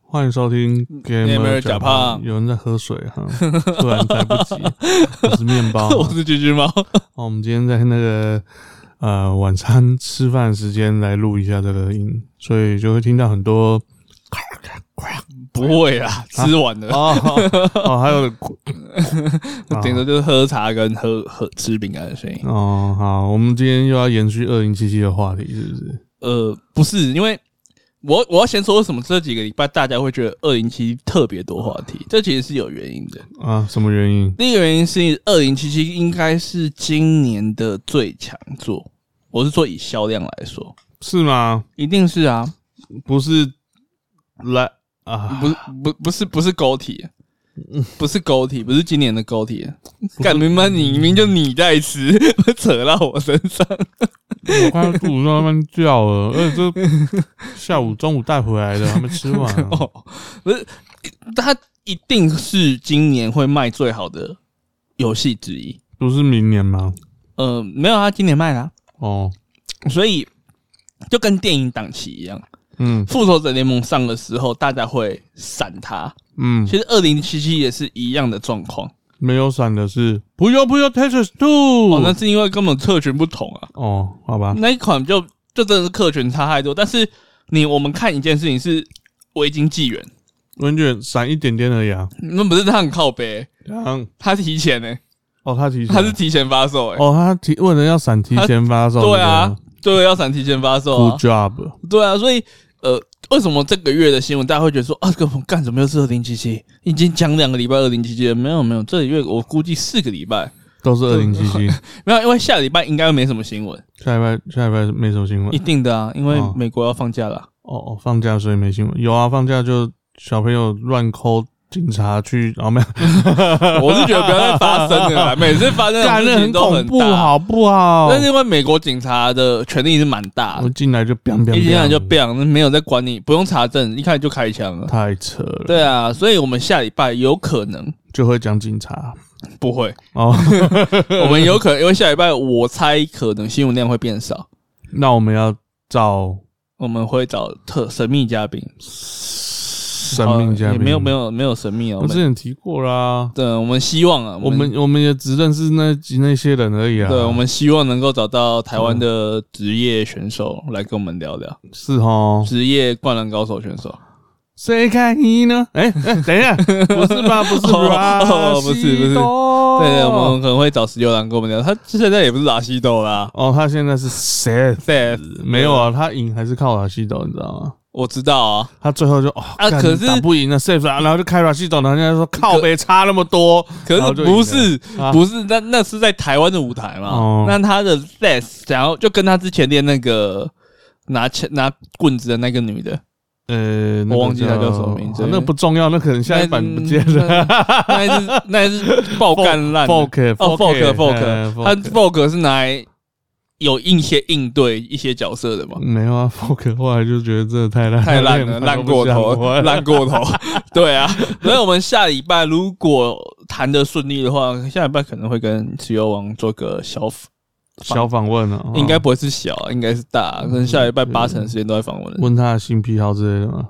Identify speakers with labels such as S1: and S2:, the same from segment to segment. S1: 欢迎收听
S2: Gamer
S1: 嗯 Gamer
S2: 假
S1: 假
S2: 胖
S1: 胖。有人在喝水哈，突然来不 及。我是面包。
S2: 我是橘橘猫，
S1: 好，我们今天在那个呃晚餐吃饭时间来录一下这个音，所以就会听到很多
S2: 不会啦，吃完了。
S1: 哦 哦，还有
S2: 顶多就是喝茶跟喝喝吃饼干的声音。
S1: 哦好，我们今天又要延续二零七七的话题，是不是？
S2: 呃，不是，因为我我要先说为什么这几个礼拜大家会觉得二零七特别多话题，这其实是有原因的。
S1: 啊，什么原因？
S2: 第一个原因是二零七七应该是今年的最强作，我是说以销量来说，
S1: 是吗？
S2: 一定是啊，
S1: 不是来啊，
S2: 不是不不是不是狗体。不是狗体，不是今年的狗体，干明白你明明就你在吃， 扯到我身上。
S1: 我看到肚子在那边叫了，而且这下午中午带回来的还没吃完、 啊。
S2: 哦，不是，它一定是今年会卖最好的游戏之一。
S1: 不是明年吗？
S2: 呃，没有，它今年卖啦、
S1: 哦，
S2: 所以就跟电影档期一样，
S1: 嗯
S2: 《复仇者联盟》上的时候，大家会闪它。
S1: 嗯，
S2: 其实二零七七也是一样的状况，
S1: 没有闪的是不要不要 Tetris
S2: 哦，那
S1: Two。
S2: 是因为根本客群不同啊，
S1: 哦，好吧，
S2: 那一款就就真的是客群差太多。但是你我们看一件事情是维京纪元，
S1: 文卷闪一点点而已啊。
S2: 那不是他很靠北、
S1: 嗯，
S2: 他提前呢、
S1: 哦，他提前，
S2: 他是提前发售哎、
S1: 哦，他提为了要闪提前发售。
S2: 对啊，对，要闪提前发售
S1: ，Good
S2: 啊，
S1: job。
S2: 对啊，所以呃，为什么这个月的新闻大家会觉得说啊，这个干什么又是二零七七？已经讲两个礼拜二零七七了，没有没有，这个月我估计四个礼拜
S1: 都是二零七七，
S2: 没有，因为下礼拜应该没什么新闻，
S1: 下礼拜下礼拜没什么新闻
S2: 一。定的啊，因为
S1: 哦
S2: 美国要放假了啊，
S1: 哦哦，放假所以没新闻。有啊，放假就小朋友乱抠警察去，哦没有，
S2: 我是觉得不要再发生 了啦，每次发生的
S1: 干
S2: 事
S1: 得
S2: 情
S1: 很
S2: 都
S1: 恐
S2: 很
S1: 怖，
S2: 大，
S1: 好不好？
S2: 但是因为美国警察的权力是蛮大
S1: 我
S2: 的，
S1: 进来就 biang biang，
S2: 一进来就
S1: biang
S2: 变，没有在管你，不用查证，一开始就开枪了。
S1: 太扯了，
S2: 对啊，所以我们下礼拜有可能
S1: 就会讲警察
S2: 不会。
S1: 哦。
S2: 我们有可能因为下礼拜，我猜可能新闻量会变少，
S1: 那我们要找
S2: 我们会找特神秘嘉宾，
S1: 神秘嘉宾，
S2: 呃也没有没，有没有神秘哦。我
S1: 我之
S2: 们
S1: 前提过啦，
S2: 对，我们希望啊，
S1: 我们我们也只认识那几那些人而已啊。
S2: 对，我们希望能够找到台湾的职业选手来跟我们聊聊
S1: 是哦。
S2: 职业灌篮高手选手。
S1: 谁看你呢？哎哎，等一 下，不是吧？不是
S2: 哦
S1: 吧
S2: 哦？不是不是
S1: 对
S2: 对对，我们可能会找石榴兰跟我们聊，他现在也不是拉西豆啦。
S1: 哦，他现在是谁？
S2: 对，
S1: 没有啊，他赢还是靠拉西斗，你知道吗？
S2: 我知道啊，
S1: 他最后就哦
S2: 啊
S1: 干
S2: 可是
S1: 打不赢了 safe 啊，然后就开拉西斗，然后人家说靠北差那么多，
S2: 可
S1: 然后
S2: 是
S1: 就赢了
S2: 不是
S1: 啊
S2: 不是，那那是在台湾的舞台嘛？
S1: 哦
S2: 那他的 Les 想要就跟他之前练那个拿枪拿棍子的那个女的，
S1: 呃，
S2: 我忘记他叫什么名字
S1: 啊那不重要，那可能下一版不见了。
S2: 那 一只那一只爆干烂的
S1: Folk
S2: 哦
S1: Folk
S2: Folk Folk，他 Folk 是拿来有一些应对一些角 色的嘛？
S1: 没有啊，Folk 后来就觉得真的太烂，
S2: 太烂了，
S1: 他
S2: 烂
S1: 们不
S2: 过
S1: 想
S2: 头，
S1: 玩
S2: 烂过 头。对啊，所以我们下礼拜如果谈的顺利的话，下礼拜可能会跟石油王做个小
S1: 小访问了，哦
S2: 应该不会是小啊，应该是大啊，可能下礼拜八成的时间都在访问了。
S1: 问他的性癖好之类的吗？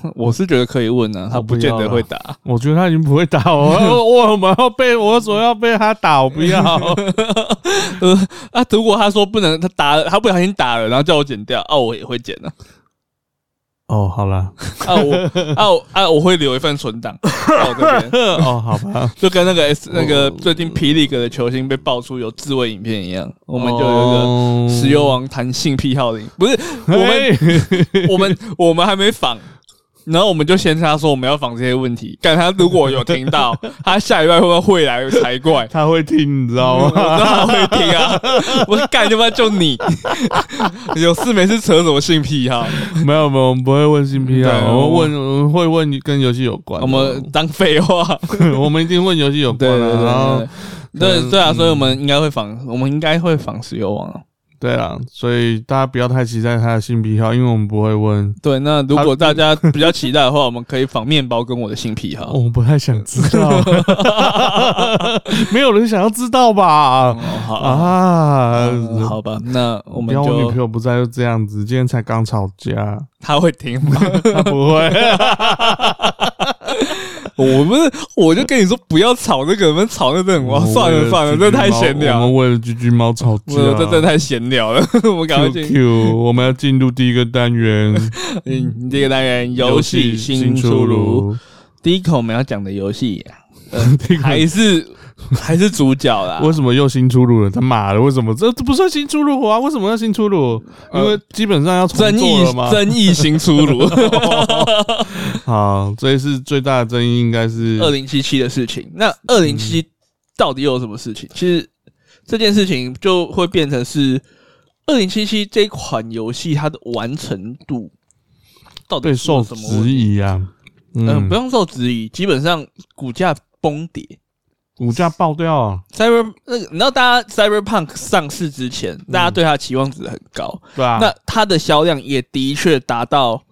S2: 我是觉得可以问啊，他
S1: 我不
S2: 不见
S1: 要
S2: 得
S1: 了
S2: 会打。
S1: 我觉得他已经不会打我，我我们要被我所要被他打，我不 要。
S2: 啊，如果他说不能，他打了，他不小心打了，然后叫我剪掉，啊，我也会剪的。
S1: 哦，好 啦，
S2: 啊，我啊我啊，我会留一份存档啊到我这边，
S1: 哦，好吧，
S2: 就跟那个 S 那个最近霹雳哥的球星被爆出有自慰影片一样， 我
S1: 我
S2: 们就有一个。
S1: 哦
S2: 石油王谈性癖好的影，不是我们
S1: 们
S2: 我们我们还没访，然后我们就先跟他说我们要访这些问题。但他如果有 听到，他下礼拜会不会会来才怪？
S1: 他会听，你知道
S2: 我
S1: 吗？
S2: 知道他会听啊，我说干他妈就你，有事没事扯什么性癖好？
S1: 没有没有，我们不会问性癖
S2: 嗯对
S1: 好，我
S2: 我
S1: 们问我们会问跟游戏有关的。
S2: 我们当废话。
S1: 我们一定问游戏有
S2: 对
S1: 关
S2: 对
S1: 的，然后嗯
S2: 对对对对啊，所以我们应该会仿，我们应该会仿石油王啊。
S1: 对啊，所以大家不要太期待他的性癖好，因为我们不会问。
S2: 对，那如果大家比较期待 的话，我们可以仿面包跟我的性癖好。
S1: 哦我不太想知道， 没有人想要知道吧？
S2: 哦好啊、
S1: 啊，
S2: 嗯好吧，那我
S1: 不
S2: 们
S1: 要我女朋
S2: 就
S1: 友不在就这样子，今天才刚吵架，
S2: 他会听吗？
S1: 她不会，
S2: 我不是，我就跟你说不要吵那个，我们吵那个很哇，算了算了，这太闲
S1: 我
S2: 聊了
S1: 们，为了橘橘猫吵架，
S2: 这这太闲聊了， 我们赶快进
S1: QQ，我们要进入第一个单元，
S2: 嗯，这个单元 游戏新出炉，。第一个我们要讲的游 戏、呃
S1: 第一个
S2: 还是还是主角啦。
S1: 为什么又新出炉了？他妈的，为什么这这不算新出炉啊？为什么要新出炉？因为基本上要重
S2: 争
S1: 做
S2: 议
S1: 了嘛。
S2: 呃争议新出炉，
S1: 好，这一次最大的争议应该是嗯
S2: 二零七七的事情。那二零七七到底又有什么事情？其实这件事情就会变成是二零七七这款游戏它的完成度到底
S1: 备
S2: 出了
S1: 受
S2: 什么问
S1: 质
S2: 题？
S1: 疑啊。
S2: 嗯，
S1: 嗯，
S2: 不用受质疑，基本上股价崩跌。
S1: 股价爆掉啊，
S2: Cyber 那个，你知道大家 Cyberpunk 上市之前，大家对它的期望值很高，
S1: 对啊，
S2: 那它的销量也的确达到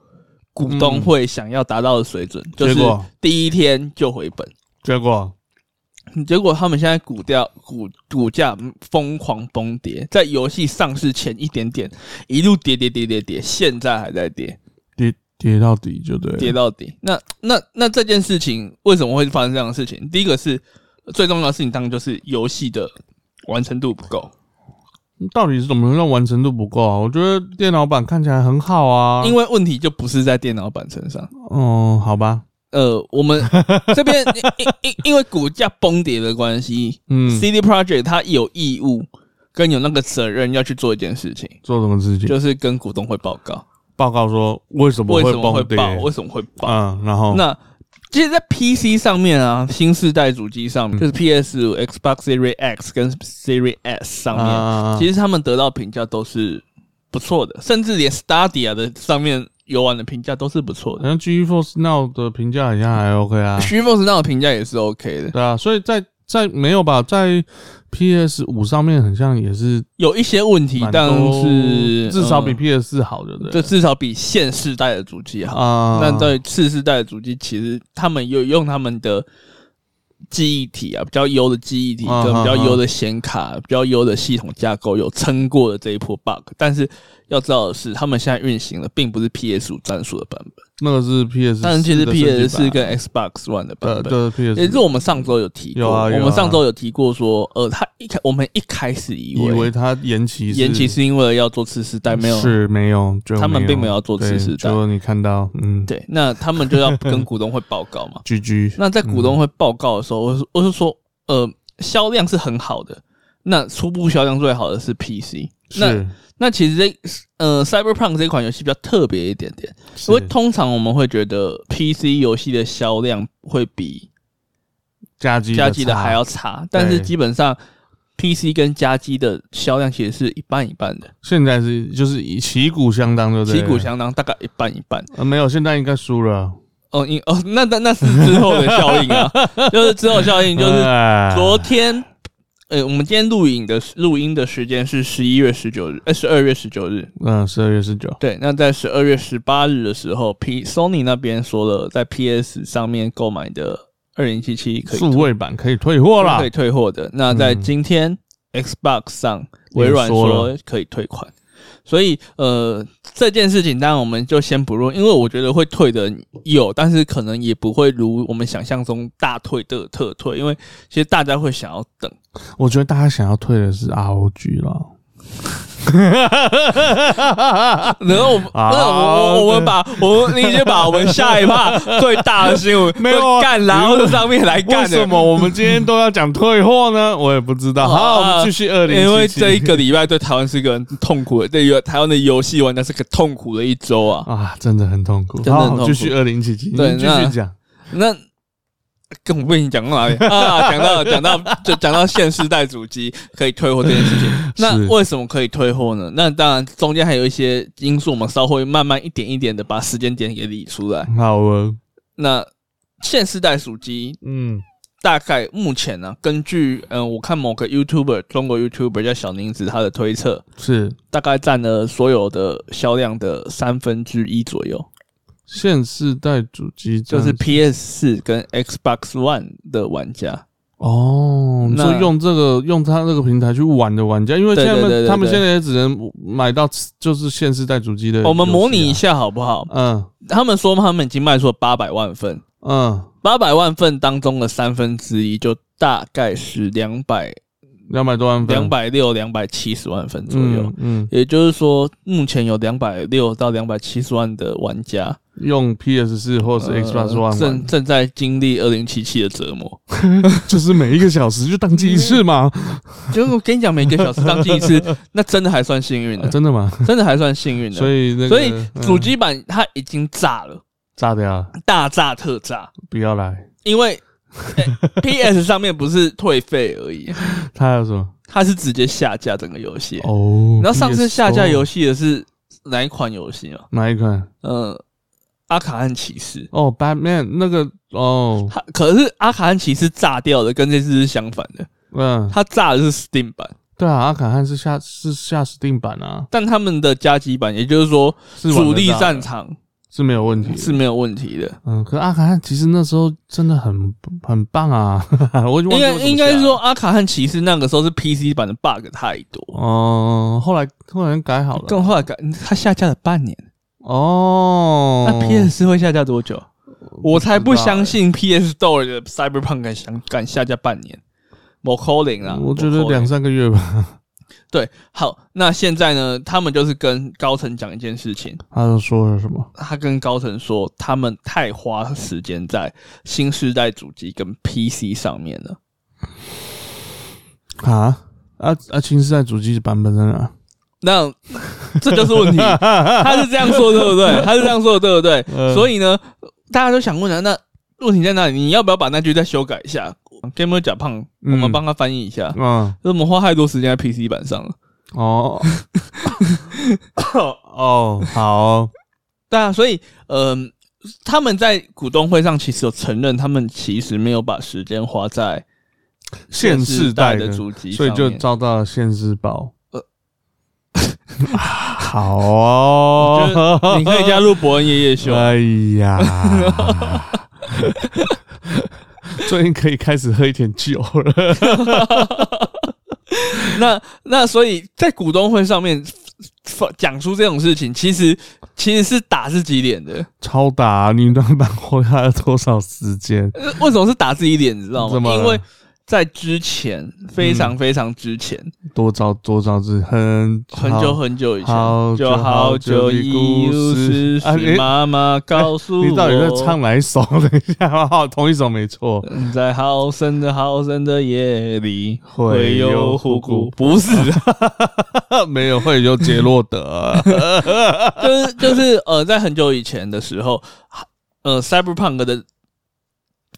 S2: 股东会想要达到的水准，就
S1: 嗯结
S2: 是
S1: 果
S2: 第一天就回本。
S1: 结果
S2: 结果他们现在股掉股股价疯狂崩跌，在游戏上市前一点点，一路跌跌跌跌跌，现在还在跌，
S1: 跌跌到底就对了，
S2: 跌到底。那那那这件事情为什么会发生这样的事情？第一个是最重要的事情，当然就是游戏的完成度不够。
S1: 到底是怎么样完成度不够啊？我觉得电脑版看起来很好啊。
S2: 因为问题就不是在电脑版身上。
S1: 哦，好吧，
S2: 呃，我 们这边因因因为股价崩跌的关系、
S1: 嗯，
S2: c d Project 它有义务跟有那个责任要去做一件事情，
S1: 做什么事情？
S2: 就是跟股东会报告
S1: 报告说为什么
S2: 为
S1: 会
S2: 什么会
S1: 崩跌？
S2: 爆，为什么会爆。
S1: 嗯，然后
S2: 那其实，在 PC 上面啊，新世代主机上
S1: 嗯
S2: 面，就是 PS 五、Xbox Series X 跟 Series S 上面，
S1: 啊
S2: 其实他们得到评价都是不错的，甚至连 Stadia 的上面游玩的评价都是不错的
S1: 好。像 G Force Now 的评价好像还 OK 啊，
S2: 徐梦时那的评价也是 OK 的，
S1: 对啊，所以在在没有吧，在 PS 五上面很像也是
S2: 有一些问题
S1: 蛮多，，
S2: 但是
S1: 至少比
S2: 嗯
S1: PS 四好的，对不
S2: 就
S1: 对
S2: 至少比现世代的主机好。
S1: 啊，
S2: 那对次世代的主机，其实他们有用他们的记忆体啊，比较优的记忆体
S1: 啊
S2: 跟比较
S1: 啊啊
S2: 优的显卡、比较优的系统架构，有撑过了这一波 bug。但是要知道的是，他们现在运行的并不是 PS 五战术的版本，
S1: 那个是 PS，
S2: 但是其实 PS 四
S1: 个
S2: 跟哎 Xbox One 的版
S1: 呃
S2: 本。
S1: 对 PS
S2: 也是我们上周有提过，
S1: 有啊有啊
S2: 我们上周有提过说，呃，他一开我们一开始以
S1: 以
S2: 为
S1: 为它延期
S2: 延期是因为要做次世代，没有
S1: 是没有，就
S2: 他们并没有要做次世代
S1: 对就你看到嗯，。
S2: 对，那他们就要跟股东会报告嘛
S1: ，GG
S2: 那在股
S1: 嗯
S2: 东会报告的时候，我是我是说，呃，销量是很好的，那初步销量最好的是 PC。那
S1: 是
S2: 那其实这呃 Cyberpunk 这款游戏比较特别一点点，因为
S1: 是
S2: 通常我们会觉得 PC 游戏的销量会比
S1: 加机
S2: 家机的
S1: 差
S2: 还要差，但是
S1: 对
S2: 基本上 PC 跟家机的销量其实是一半一半的，
S1: 现在是就是以旗鼓相当，对不对？
S2: 旗鼓相当，大概一半一半。
S1: 呃没有，现在应该输了。
S2: 哦，因哦，那那那是之后的效应啊， 就是之后效应，就是
S1: 哎
S2: 昨天，呃，我们今天录影的录音的时间是十一月十九日，呃，十二月十九日。
S1: 嗯，十二月十九，
S2: 对，那在十二月十八日的时候，P Sony 那边说了，在 PS 上面购买的二零七七可以
S1: 数位版可以退货啦
S2: 可以。退货的。那在
S1: 嗯
S2: 今天、Xbox 上，
S1: 也
S2: 微软
S1: 说
S2: 说可以退款。所以，呃，这件事情当然我们就先不论，因为我觉得会退的人有，但是可能也不会如我们想象中大退的特退，因为其实大家会想要等。
S1: 我觉得大家想要退的是 ROG 啦。
S2: 然后我们，
S1: 啊
S2: 那我我我们把我们，你已经把我们下一趴最大的新闻
S1: 没有啊
S2: 干，然后上面来
S1: 为
S2: 干
S1: 什
S2: 的，
S1: 么我们今天都要讲退货呢？我也不知 道。好，我
S2: 啊
S1: 们继续二零。
S2: 因为这一个礼拜对台湾是一个很痛苦的，对于台湾的游戏玩家是个痛苦的一周啊。
S1: 啊，真的很痛苦。
S2: 真的很痛苦
S1: 好，继续二零七七，
S2: 对
S1: 你继
S2: 那
S1: 续讲。
S2: 那跟我被你讲到哪里啊？讲到讲到就讲到现世代主机可以退货这件 事情，那
S1: 是
S2: 为什么可以退货呢？那当然中间还有一些因素，我们稍微慢慢一点一点的把时间点给理出来。
S1: 好，我
S2: 那现世代主机
S1: 嗯，
S2: 大概目前呢、根据嗯、呃我看某个 YouTuber 中国 YouTuber 叫小宁子他的推测，
S1: 是
S2: 大概占了所有的销量的三分之一左右，
S1: 现世代主机
S2: 就
S1: 战
S2: 是 PS 四跟 Xbox One 的玩家。
S1: 哦，你说
S2: 那
S1: 用这个用他这个平台去玩的玩家，因为
S2: 对
S1: 现在他
S2: 对对
S1: 们
S2: 对
S1: 他们
S2: 对
S1: 现在也只能买到就是现世代主机的游戏啊、
S2: 哦我们模拟一下好不好？
S1: 嗯，
S2: 他们说他们已经卖出了八百万份，
S1: 嗯
S2: 八百万份当中的三分之一，就大概是两百
S1: 嗯，两百多万分，
S2: 两百六、两百七十万份左右。
S1: 嗯嗯，
S2: 也就是说，目前有两百六到两百七十万的玩家，
S1: 用 PS 四或是
S2: 呃
S1: Xbox One 玩
S2: 正正在经历二零七七的折 磨。
S1: 就是每一个小时就当机一次嘛，
S2: 嗯就我跟你讲，每个小时当机一 次，那真的还算幸运
S1: 啊
S2: 的，
S1: 真的吗？
S2: 真的还算幸运的。
S1: 所以那个
S2: 所以
S1: 嗯
S2: 主机版它已经炸了，
S1: 炸掉了，
S2: 大炸特炸，
S1: 不要来，
S2: 因为、PS 上面不是退费而已，
S1: 他有什么？
S2: 它是直接下架整个游戏。
S1: 哦，
S2: 你知道上次下架游
S1: 戏
S2: 戏的是哪一款游戏吗？
S1: 哪一款？
S2: 嗯、阿卡汉骑士。
S1: 哦，Batman 那个哦，
S2: 它可是阿卡汉骑士炸掉的，跟这次是相反的。
S1: 嗯，
S2: 它炸的是 Steam 版，
S1: 对啊，阿卡汉是下是下 Steam 版啊，
S2: 但他们的加急版，也就是说
S1: 是玩得
S2: 主力
S1: 到的
S2: 战场
S1: 是没有问题的，
S2: 是没有问题的。
S1: 嗯，可是阿卡汉其实那时候真的很很棒啊， 我就
S2: 应该应该是说，阿卡汉骑士那个时候是 PC 版的 bug 太多，
S1: 哦、后来后来改好了
S2: 更坏改，它下架了半年。
S1: 哦，
S2: 那 PS 会下架多久？啊我才不
S1: 知道欸
S2: 相信 PS Store 的 Cyberpunk 敢想敢下架半年。某 calling 啦，
S1: 我觉得
S2: 没可能
S1: 两三个月吧，
S2: 对。好，那现在呢？他们就是跟高层讲一件事情，
S1: 他都说了什么？
S2: 他跟高层说，他们太花时间在新时代主机跟 PC 上面了。
S1: 啊啊啊！新时代主机版本在哪？
S2: 那这就是问题，
S1: 啊
S2: 他是这样说对不 对？他是这样说的对不对？
S1: 嗯
S2: 所以呢，大家都想问了，啊那问题在哪里？你要不要把那句再修改一下？Gamer 假胖，我
S1: 嗯
S2: 们帮他翻译一下。
S1: 嗯，
S2: 我们花太多时间在 PC 版上了。
S1: 哦哦，好，
S2: 对啊，所以嗯、他们在股东会上其实有承认，他们其实没有把时间花在
S1: 现
S2: 世
S1: 世
S2: 代
S1: 代
S2: 的
S1: 的，
S2: 主机上
S1: 所以
S2: 面，
S1: 就遭到了现世报。
S2: 呃
S1: 好哦，
S2: 就是你可以加入伯恩夜夜秀。啊
S1: 哎呀， 最近可以开始喝一点酒了。
S2: 那那所以在股东会上面发讲出这种事情，其实其实是打自己脸的。
S1: 超打、啊你那版花了多少时间？
S2: 呃为什么是打自己脸？你知道
S1: 怎
S2: 吗？
S1: 么了嗯
S2: 因为在之前，非常非常之前，
S1: 多早多早之很
S2: 很久很久以前，
S1: 好久
S2: 就好久
S1: 好久
S2: 以
S1: 的故
S2: 事
S1: 事啊
S2: 是
S1: 你
S2: 妈妈告诉我。
S1: 你到底在唱？哪一首？等一下，哦，同一首没错。
S2: 在好深的好深的夜里，
S1: 会
S2: 会有
S1: 有
S2: 虎
S1: 虎
S2: 骨
S1: 骨，
S2: 不是，
S1: 没有，会有杰洛德。
S2: 就是就是呃，在很久以前的时候，呃，Cyberpunk 的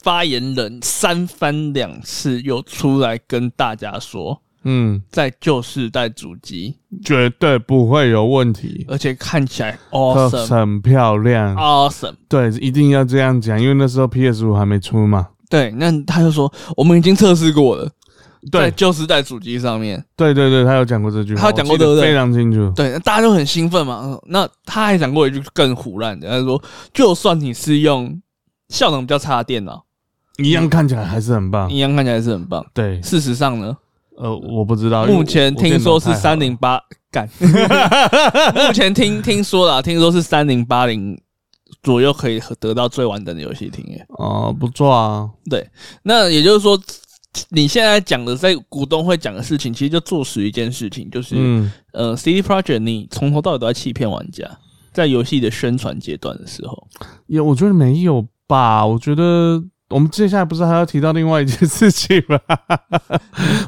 S2: 发言人三番两次又出来跟大家说，
S1: 嗯，
S2: 在旧世代主机，
S1: 绝对不会有问题，
S2: 而且看起来
S1: 很
S2: awesome 哦
S1: 很漂亮。
S2: awesome。
S1: 对，一定要这样讲，因为那时候 PS 五还没出嘛。
S2: 对，那他就说我们已经测试过了，
S1: 对，
S2: 在旧时代主机上面，
S1: 对对对，他有讲过这句话，
S2: 他有讲过
S1: 我记得
S2: 对不对
S1: 非常清楚。
S2: 对，那大家都很兴奋嘛。嗯那他还讲过一句更胡乱的，他说就算你是用效能比较差的电脑，
S1: 一样看起来还是很棒
S2: 一。样看起来是很棒。
S1: 对，
S2: 事实上呢，
S1: 呃，我不知道，因为
S2: 目前
S1: 我
S2: 听说是三，
S1: 我
S2: 零八 干，目前听听说了，听说是三零八零左右可以得到最完整的游戏体验。
S1: 电脑太好了哦，不错啊，
S2: 对，那也就是说，你现在讲的在股东会讲的事情，其实就坐实一件事情，就是、
S1: 嗯，
S2: 呃，CD Project 你从头到尾都在欺骗玩家，在游戏的宣传阶段的时候，
S1: 也我觉得没有吧，我觉得。我们接下来不是还要提到另外一件事情 吗？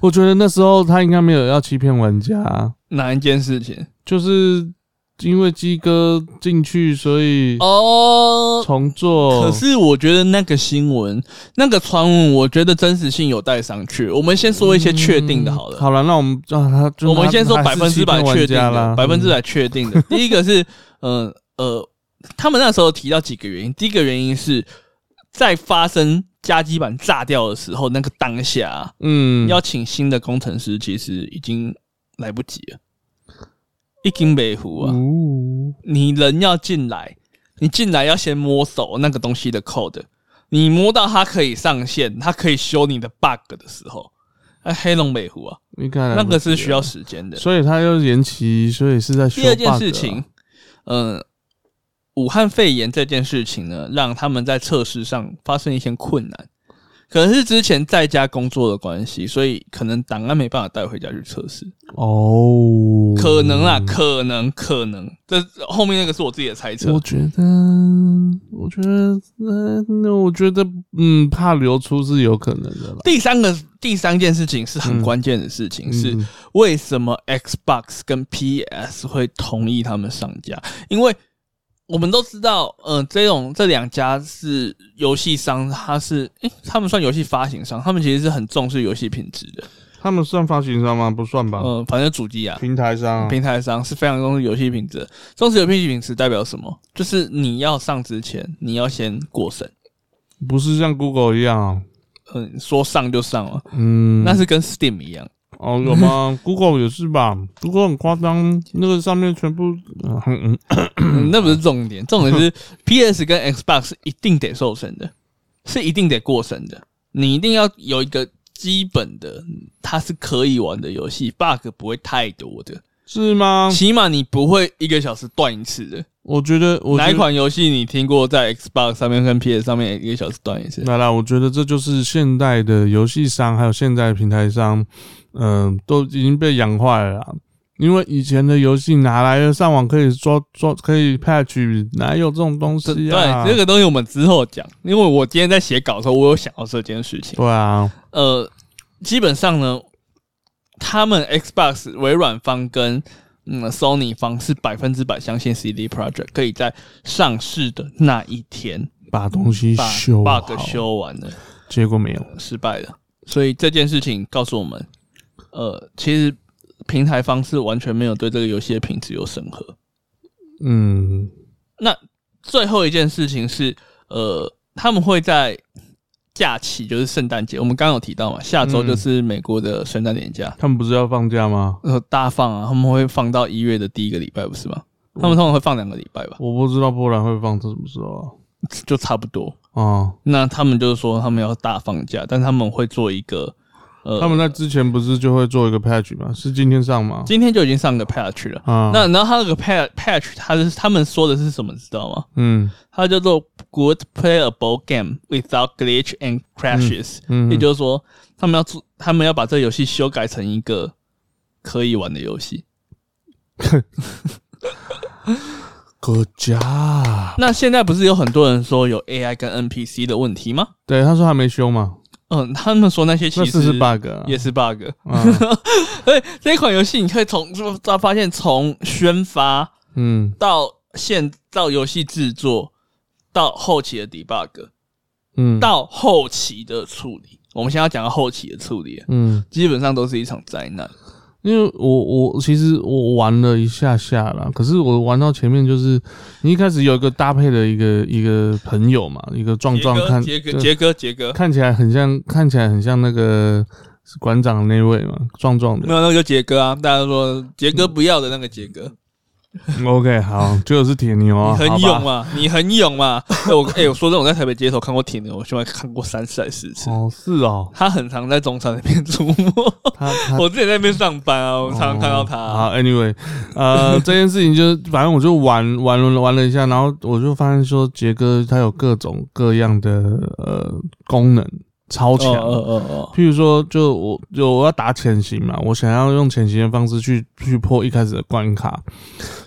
S1: 我觉得那时候他应该没有要欺骗玩家，
S2: 哪一件事情？
S1: 就是因为鸡哥进去，所以
S2: 哦。
S1: 重做。
S2: 可是我觉得那个新闻、那个传闻，我觉得真实性有待商榷。我们先说一些确定的好了。
S1: 嗯好了，那我们就让他，就
S2: 我们
S1: 他
S2: 先说百
S1: 还是
S2: 分之百
S1: 欺骗玩
S2: 确定
S1: 家
S2: 的
S1: 啦，，
S2: 百分之
S1: 嗯
S2: 百确 定的。第一个是，呃呃，他们那时候提到几个原因，第一个原因是在发生加基板炸掉的时候，那个当下啊、
S1: 嗯，
S2: 要请新的工程师，其实已经来不及了，已经北湖啊，
S1: 哦，
S2: 你人要进来，你进来要先摸熟那个东西的 code，你摸到它可以上线，它可以修你的 bug 的时候，那黑龙北湖啊，
S1: 你看
S2: 那个是需要，时间的。
S1: 所以他要延期，所以是在修
S2: 第二件
S1: bug
S2: 事
S1: 啊
S2: 情，嗯，武汉肺炎这件事情呢，让他们在测试上发生一些困难，可能是之前在家工作的关系，所以可能档案没办法带回家去测试，
S1: 哦，
S2: 可能啊，可能可能，这后面那个是我自己的猜测
S1: 我。觉得，我觉得，呃那我觉得，嗯，怕流出是有可能的啦。
S2: 第三个第三件事情是很关键的事情，是
S1: 嗯
S2: 为什么 Xbox 跟 PS 会同意他们上架？因为我们都知道，呃，这种这两家是游戏商，它是诶、他们算游戏发行商，他们其实是很重视游戏品质的。
S1: 他们算发行商吗？不算吧，
S2: 嗯、反正主机啊，
S1: 平台商啊、
S2: 平台商是非常重视游戏品质的。重视游戏品质代表什么？就是你要上之前，你要先过审。
S1: 不是像 Google 一样、啊，
S2: 嗯，说上就上了，
S1: 嗯，
S2: 那是跟 Steam 一样。
S1: 哦，有吗？Google 也是吧？Google 很夸张，那个上面全部，嗯嗯，
S2: 嗯，那不是重点，重点 是 PS 跟 Xbox 是一定得受审的，是一定得过审的。你一定要有一个基本的，它是可以玩的游戏，bug 不会太多的，
S1: 是吗？
S2: 起码你不会一个小时断一次的。
S1: 我觉得，我觉
S2: 哪
S1: 得
S2: 一款游戏你听过在 Xbox 上面跟 PS 上面一个小时断一次？
S1: 来啦，我觉得这就是现代的游戏商还有现代的平台商，嗯、都已经被养坏了啦。因为以前的游戏哪来的上网可以抓抓可以 patch，哪有这种东
S2: 这
S1: 西啊？
S2: 对这个东西我们之后讲，因为我今天在写稿的时候，我有想到这件事情。
S1: 对啊，
S2: 呃，基本上呢，他们 Xbox 微软方跟嗯 Sony 方是百分之百相信 CD Project 可以在上市的那一天
S1: 把东西
S2: 把
S1: 修好
S2: bug 修完了，
S1: 结果没有。
S2: 失败了。所以这件事情告诉我们，呃，其实平台方是完全没有对这个游戏的品质有审核。
S1: 嗯，
S2: 那最后一件事情是，呃，他们会在假期，就是圣诞节，我们刚刚有提到嘛，下
S1: 嗯
S2: 周就是美国的圣诞年假，
S1: 他们不是要放假吗？
S2: 呃大放啊，他们会放到一月的第一个礼拜，不是吗？
S1: 嗯
S2: 他们通常会放两个礼拜吧，
S1: 我不知道波兰会放这什么时候
S2: 就差不多。
S1: 啊？啊
S2: 那他们就是说他们要大放假，但他们会做一个，呃，
S1: 他们在之前不是就会做一个 patch 吗？是今天上吗？
S2: 今天就已经上个 patch 了。
S1: 啊，
S2: 那然后他那个 patch patch，他是他们说的是什么，知道吗？
S1: 嗯
S2: 它叫做 good playable game without glitch and crashes，、
S1: 嗯，
S2: 也就是说他们要做，他们要把这个游戏修改成一个可以玩的游戏。
S1: Good job。
S2: 那现在不是有很多人说有 AI 跟 NPC 的问题吗？
S1: 对，他说还没修嘛，
S2: 嗯，他们说那些其
S1: 那
S2: 实
S1: 是是 bug 啊。
S2: 也是 bug。
S1: 啊
S2: 所以这款游戏你可以从抓发现，从宣发
S1: 嗯
S2: 到现到游戏制作，到后期的 debug，
S1: 嗯，
S2: 到后期的处理。我们现在要讲到后期的处理，啊
S1: 嗯，
S2: 基本上都是一场灾难。
S1: 因为我我其实我玩了一下下啦，可是我玩到前面就是，你一开始有一个搭配的一个一个朋友嘛，一个壮壮看
S2: 杰哥，
S1: 对
S2: 杰哥，杰哥，
S1: 看起来很像，看起来很像那个是馆长那位嘛，壮壮
S2: 没
S1: 的。
S2: 有那个就杰哥啊！大家说杰哥不要的那个杰哥，
S1: 嗯 OK，好，就是铁牛
S2: 你
S1: 啊，
S2: 很
S1: 好
S2: 勇
S1: 吧。
S2: 嘛，你很勇嘛！哎我哎，我说真的，我在台北街头看过挺牛，我起码看过三次还是四次。
S1: 哦，是哦，
S2: 他很常在中场那边出没。
S1: 他他
S2: 我之前在那边上班啊，我常常看到他、
S1: 哦好，Anyway，呃， 这件事情就是，反正我就玩玩了玩了一下，然后我就发现说，杰哥他有各种各样的呃功能，超强。
S2: 哦哦
S1: 譬如说，就我就我要打潜行嘛，我想要用潜行的方式去去破一开始的关卡，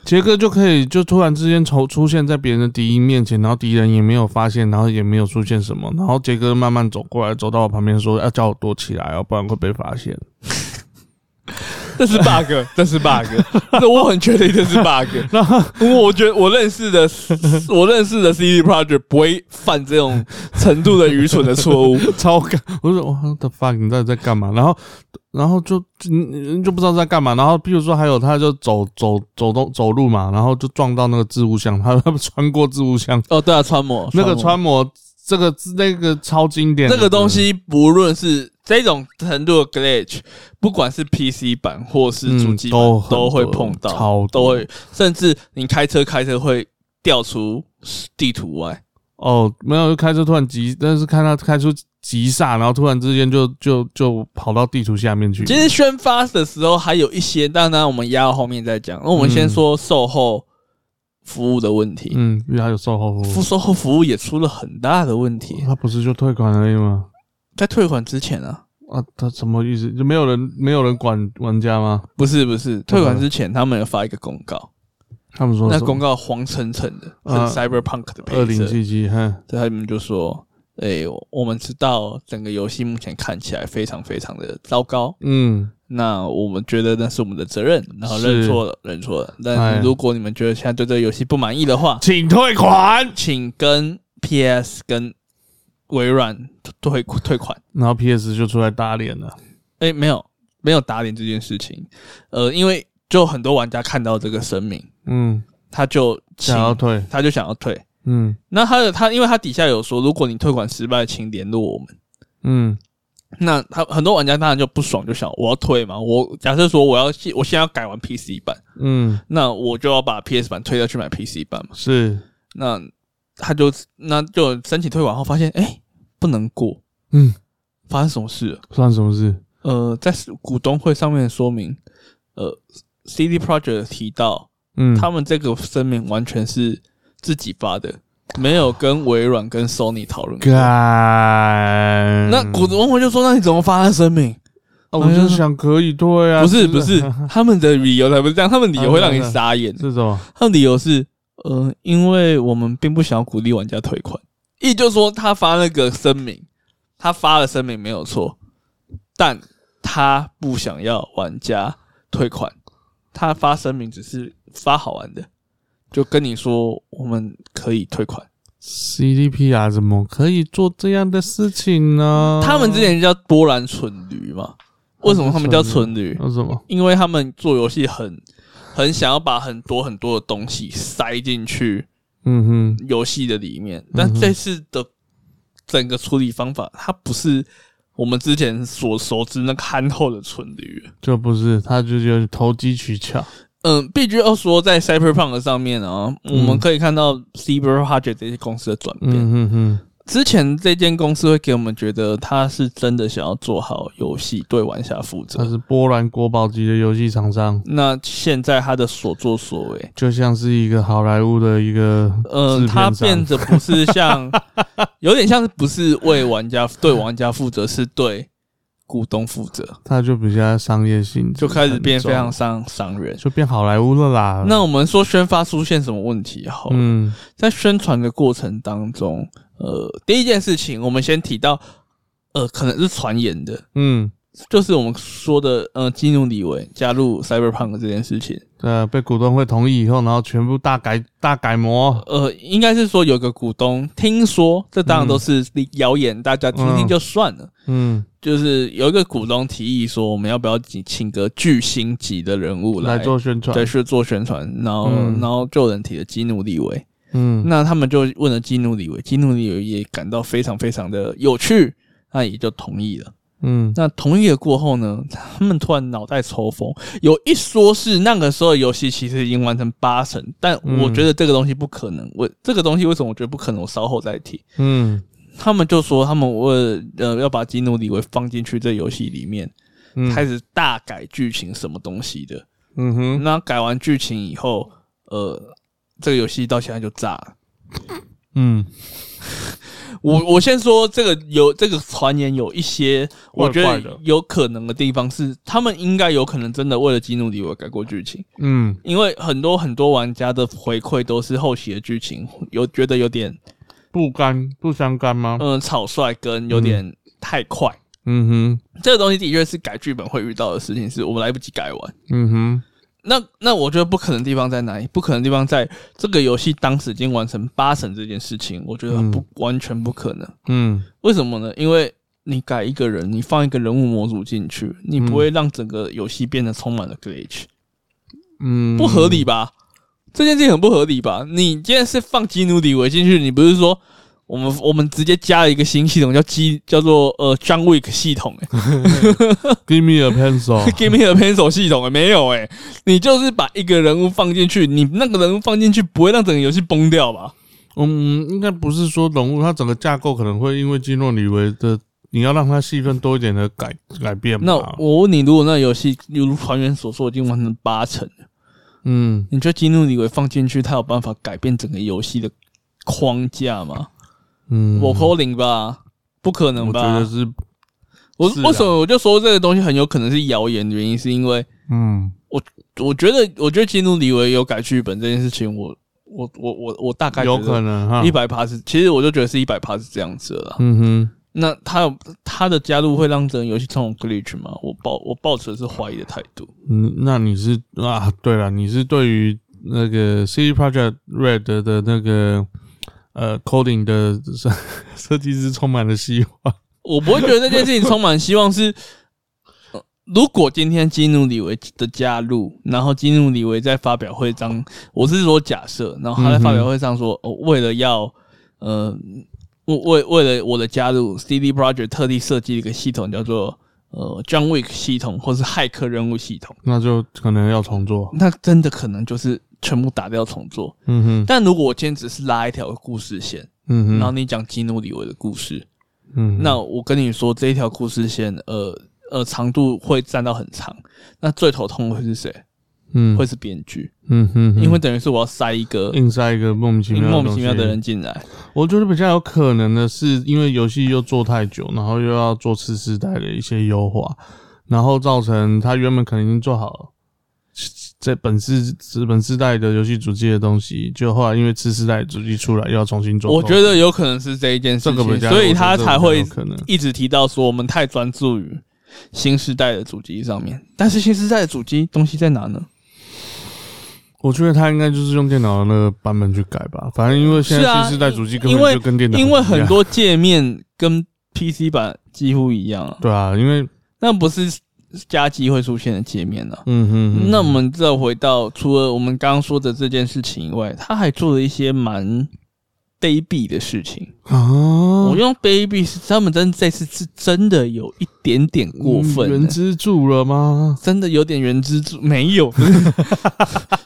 S1: 杰哥就可以就突然之间出出现在别人的敌人面前，然后敌人也没有发现，然后也没有出现什么，然后杰哥慢慢走过来，走到我旁边说要叫我躲起来哦，不然会被发现。
S2: 哦， 这是 bug，这是 bug，这我很确定这是 bug。
S1: 然后
S2: 因为我觉得我认识的， 我认识的 CD Project 不会犯这种程度的愚蠢的错 误。
S1: 超干， 我就说哇 what the fuck，你到底在干嘛？然后，然后就就你你就不知道在干嘛。然后，譬如说还有他就走走走动走路嘛，然后就撞到那个置物箱，他他们穿过置物箱，
S2: 哦，对啊，穿模
S1: 那个穿模这个那个超经典的
S2: 这个东西不论是这种程度的 glitch，不管是 PC 版或是主机版，
S1: 嗯都很多
S2: 都会碰到，
S1: 超多
S2: 都会，甚至你开车开车会调出地图外，
S1: 哦，没有，就开车突然急，但是看他开出急刹，然后突然之间就就就跑到地图下面去。
S2: 其实宣发的时候还有一些，当然我们压到后面再讲。那我们先说售后服务的问题，
S1: 嗯，因为他有售后服
S2: 服
S1: 务，
S2: 售后服务也出了很大的问题，
S1: 他不是就退款而已吗？
S2: 在退款之前啊，
S1: 啊，他什么意思？就没有人没有人管玩家吗？
S2: 不是不是，退款之前他们有发一个公告，
S1: 他们说
S2: 那公告黄澄澄的，很
S1: 啊
S2: cyberpunk 的
S1: 嗯
S2: 配
S1: 二
S2: 色
S1: 零。七七，哼，
S2: 对他们就说：“哎、我们知道整个游戏目前看起来非常非常的糟糕，
S1: 嗯，
S2: 那我们觉得那是我们的责任，然后
S1: 是
S2: 认错了，认错了。
S1: 哎
S2: 但如果你们觉得现在对这个游戏不满意的话，
S1: 请退款。
S2: 请跟 PS 跟微软退退款。
S1: 然后 PS 就出来打脸了，
S2: 哎、没有没有打脸这件事情，呃，因为就很多玩家看到这个声明，
S1: 嗯，
S2: 他就请
S1: 想要退，
S2: 他就想要退。”
S1: 嗯
S2: 那他的他，因为他底下有说，如果你退款失败，请联络我们。
S1: 嗯
S2: 那他很多玩家当然就不爽，就想我要退嘛。我假设说我要现我现在要改玩 PC 版，
S1: 嗯，
S2: 那我就要把 PS 版退掉去买 PC 版嘛。
S1: 是，
S2: 那他就那就申请退款后发现，哎、不能过，
S1: 嗯，
S2: 发生什么事了？
S1: 算什么事？
S2: 呃，在股东会上面的说明，呃，CD Project 提到
S1: 嗯，
S2: 他们这个声明完全是自己发的，没有跟微软跟 Sony 讨论过。
S1: 干
S2: 那股东会就说，那你怎么发声明？哦
S1: 啊，我就是想可以退啊，
S2: 不是不是，他们的理由才不是这样，他们理由会让你
S1: 啊
S2: 傻眼。
S1: 这种，
S2: 他们理由是，呃，因为我们并不想要鼓励玩家退款，也就是说，他发那个声明，他发了声明没有错，但他不想要玩家退款，他发声明只是发好玩的，就跟你说我们可以退款。
S1: CDPR 怎么可以做这样的事情呢？
S2: 他们之前叫波兰蠢驴嘛，为什么他们叫蠢驴？
S1: 那什么？
S2: 因为他们做游戏很很想要把很多很多的东西塞进去
S1: 嗯哼，
S2: 游戏的里面，
S1: 嗯
S2: 但这次的整个处理方法，它不是我们之前所熟知那个憨厚的蠢驴。
S1: 就不是，他就就投机取巧。
S2: 嗯，必须要说，在 Cyberpunk 上面啊，我们可以看到 Cyberpunk 这些公司的转变。
S1: 嗯哼哼，
S2: 之前这间公司会给我们觉得，他是真的想要做好游戏，对玩家负
S1: 他
S2: 责。
S1: 是波兰国宝级的游戏厂商，
S2: 那现在他的所作所为，
S1: 就像是一个好莱坞的一个
S2: 呃
S1: 制，
S2: 它
S1: 片商。
S2: 变得不是 像，有点像是不是为玩家对玩家负责，是对股东负责，
S1: 他就比较商业性质很
S2: 就
S1: 重，
S2: 开始变非常商商人。
S1: 就变好莱坞了啦。
S2: 那我们说宣发出现什么问题后，
S1: 嗯
S2: 在宣传的过程当中，呃，第一件事情我们先提到，呃，可能是传言的，
S1: 嗯，
S2: 就是我们说的，呃，基努里维加入 Cyberpunk 这件事情，
S1: 呃，被股东会同意以后，然后全部大改大改模。
S2: 呃，应该是说有个股东听说，这当然都是谣言，大家听听就算了。
S1: 嗯，
S2: 就是有一个股东提议说，我们要不要请请个巨星级的人物
S1: 来做宣传。
S2: 对，是做宣传，然后、
S1: 嗯
S2: 然后就有人提了基努里维，
S1: 嗯，
S2: 那他们就问了基努里维，基努里维也感到非常非常的有趣，那也就同意了。
S1: 嗯
S2: 那同意了过后呢，他们突然脑袋抽风，有一说是那个时候的游戏其实已经完成八成，但我
S1: 嗯
S2: 觉得这个东西不可能，我这个东西为什么我觉得不可能，我稍后再提。
S1: 嗯
S2: 他们就说他们为了呃要把基努里维放进去这游戏里面，
S1: 嗯，
S2: 开始大改剧情什么东西的。
S1: 嗯哼，
S2: 那改完剧情以后，呃，这个游戏到现在就炸了。
S1: 嗯，
S2: 我我先说这个有这个传言有一些，我觉
S1: 怪
S2: 得
S1: 怪的
S2: 有可能的地方是，他们应该有可能真的为了激怒你，我改过剧情，
S1: 嗯，
S2: 因为很多很多玩家的回馈都是后期的剧情有觉得有点
S1: 不干不相干吗？
S2: 嗯、呃草率跟有点太快，
S1: 嗯哼，
S2: 这个东西的确是改剧本会遇到的事情，是我们来不及改完。
S1: 嗯哼，
S2: 那那我觉得不可能的地方在哪里？不可能的地方在这个游戏当时已经完成八成这件事情，我觉得不、完全不可能。
S1: 嗯
S2: 为什么呢？因为你改一个人，你放一个人物模组进去，你不会让整个游戏变得充满了 glitch，、
S1: 嗯，
S2: 不合理吧？这件事情很不合理吧？你既然是放基努里维进去，你不是说我们我们直接加了一个新系统，叫机叫做呃 John Wick 系统、欸、
S1: 嗯 Give me a pencil，
S2: ，Give me a pencil 系统、欸、没有哎、你就是把一个人物放进去，你那个人物放进去不会让整个游戏崩掉吧？
S1: 嗯，应该不是说融入它整个架构，可能会因为基诺里维的，你要让它戏份多一点的改改变吧。
S2: 那我问你，如果那游戏如团员所说已经完成八成，
S1: 嗯，
S2: 你觉得基努里维放进去，他有办法改变整个游戏的框架吗？
S1: 嗯，
S2: 我扣零吧，不可能
S1: 我觉
S2: 吧
S1: 得？是，
S2: 我
S1: 是啊
S2: 为什么我就说这个东西很有可能是谣言的原因，是因为
S1: 嗯，
S2: 我觉得，我觉得基努里维有改剧本这件事情，我我我我我大概
S1: 有可能啊哈
S2: 一。百趴是，其实我就觉得是一百趴是这样子的啦。
S1: 嗯哼，
S2: 那他有他的加入会让整个游戏充满 glitch 吗？我抱我抱持的是怀疑的态度。
S1: 嗯，那你是啊？对了，你是对于那个 CD Project Red 的那个呃 coding 的设设计师充满了希望。
S2: 我不会觉得这件事情充满希望是。呃如果今天基努里维的加入，然后基努里维在发表会上，我是说假设，然后他在发表会上说，
S1: 嗯
S2: 哦、为了要，呃，为为为了我的加入，CD Project 特地设计了一个系统，叫做呃 John Wick 系统，或是骇客任务系统，
S1: 那就可能要重做。
S2: 那真的可能就是全部打掉重做。
S1: 嗯哼，
S2: 但如果我今天只是拉一条故事线，
S1: 嗯哼，
S2: 然后你讲基努里维的故事，
S1: 嗯哼，
S2: 那我跟你说，这一条故事线，呃呃，长度会占到很长。那最头痛的会是谁？
S1: 嗯
S2: 会是编剧，
S1: 嗯哼，
S2: 因为等于是我要塞一个
S1: 硬塞一个莫名其妙
S2: 莫名其妙
S1: 东西
S2: 的人进来。
S1: 我觉得比较有可能的是，因为游戏又做太久，然后又要做次世代的一些优化，然后造成它原本可能已经做好了，在本世本世代的游戏主机的东西，就后来因为次世代主机出来，又要重新做。
S2: 我觉得有可能是这一件事
S1: 这个比
S2: 情，
S1: 较，
S2: 所以他
S1: 我觉得
S2: 才
S1: 这个比
S2: 会
S1: 较有可能。
S2: 一直提到说我们太专注于新时代的主机上面。但是新时代的主机东西在哪呢？
S1: 我觉得他应该就是用电脑的那个版本去改吧，反正因为现
S2: 是
S1: 在
S2: 啊
S1: 新世代主机根
S2: 因为
S1: 本就跟电脑
S2: 因为
S1: 一样
S2: 很多界面跟 PC 版几乎一样啊，
S1: 对啊，因为
S2: 那不是加机会出现的界面啊。
S1: 嗯哼嗯
S2: 那我们再回到除了我们刚刚说的这件事情以外，他还做了一些蛮卑鄙的事情。
S1: 啊，
S2: 我用卑鄙是他们真这次是真的有一点点过分
S1: 嗯原
S2: 了、
S1: 之助了 吗？
S2: 真的有点原之助没有，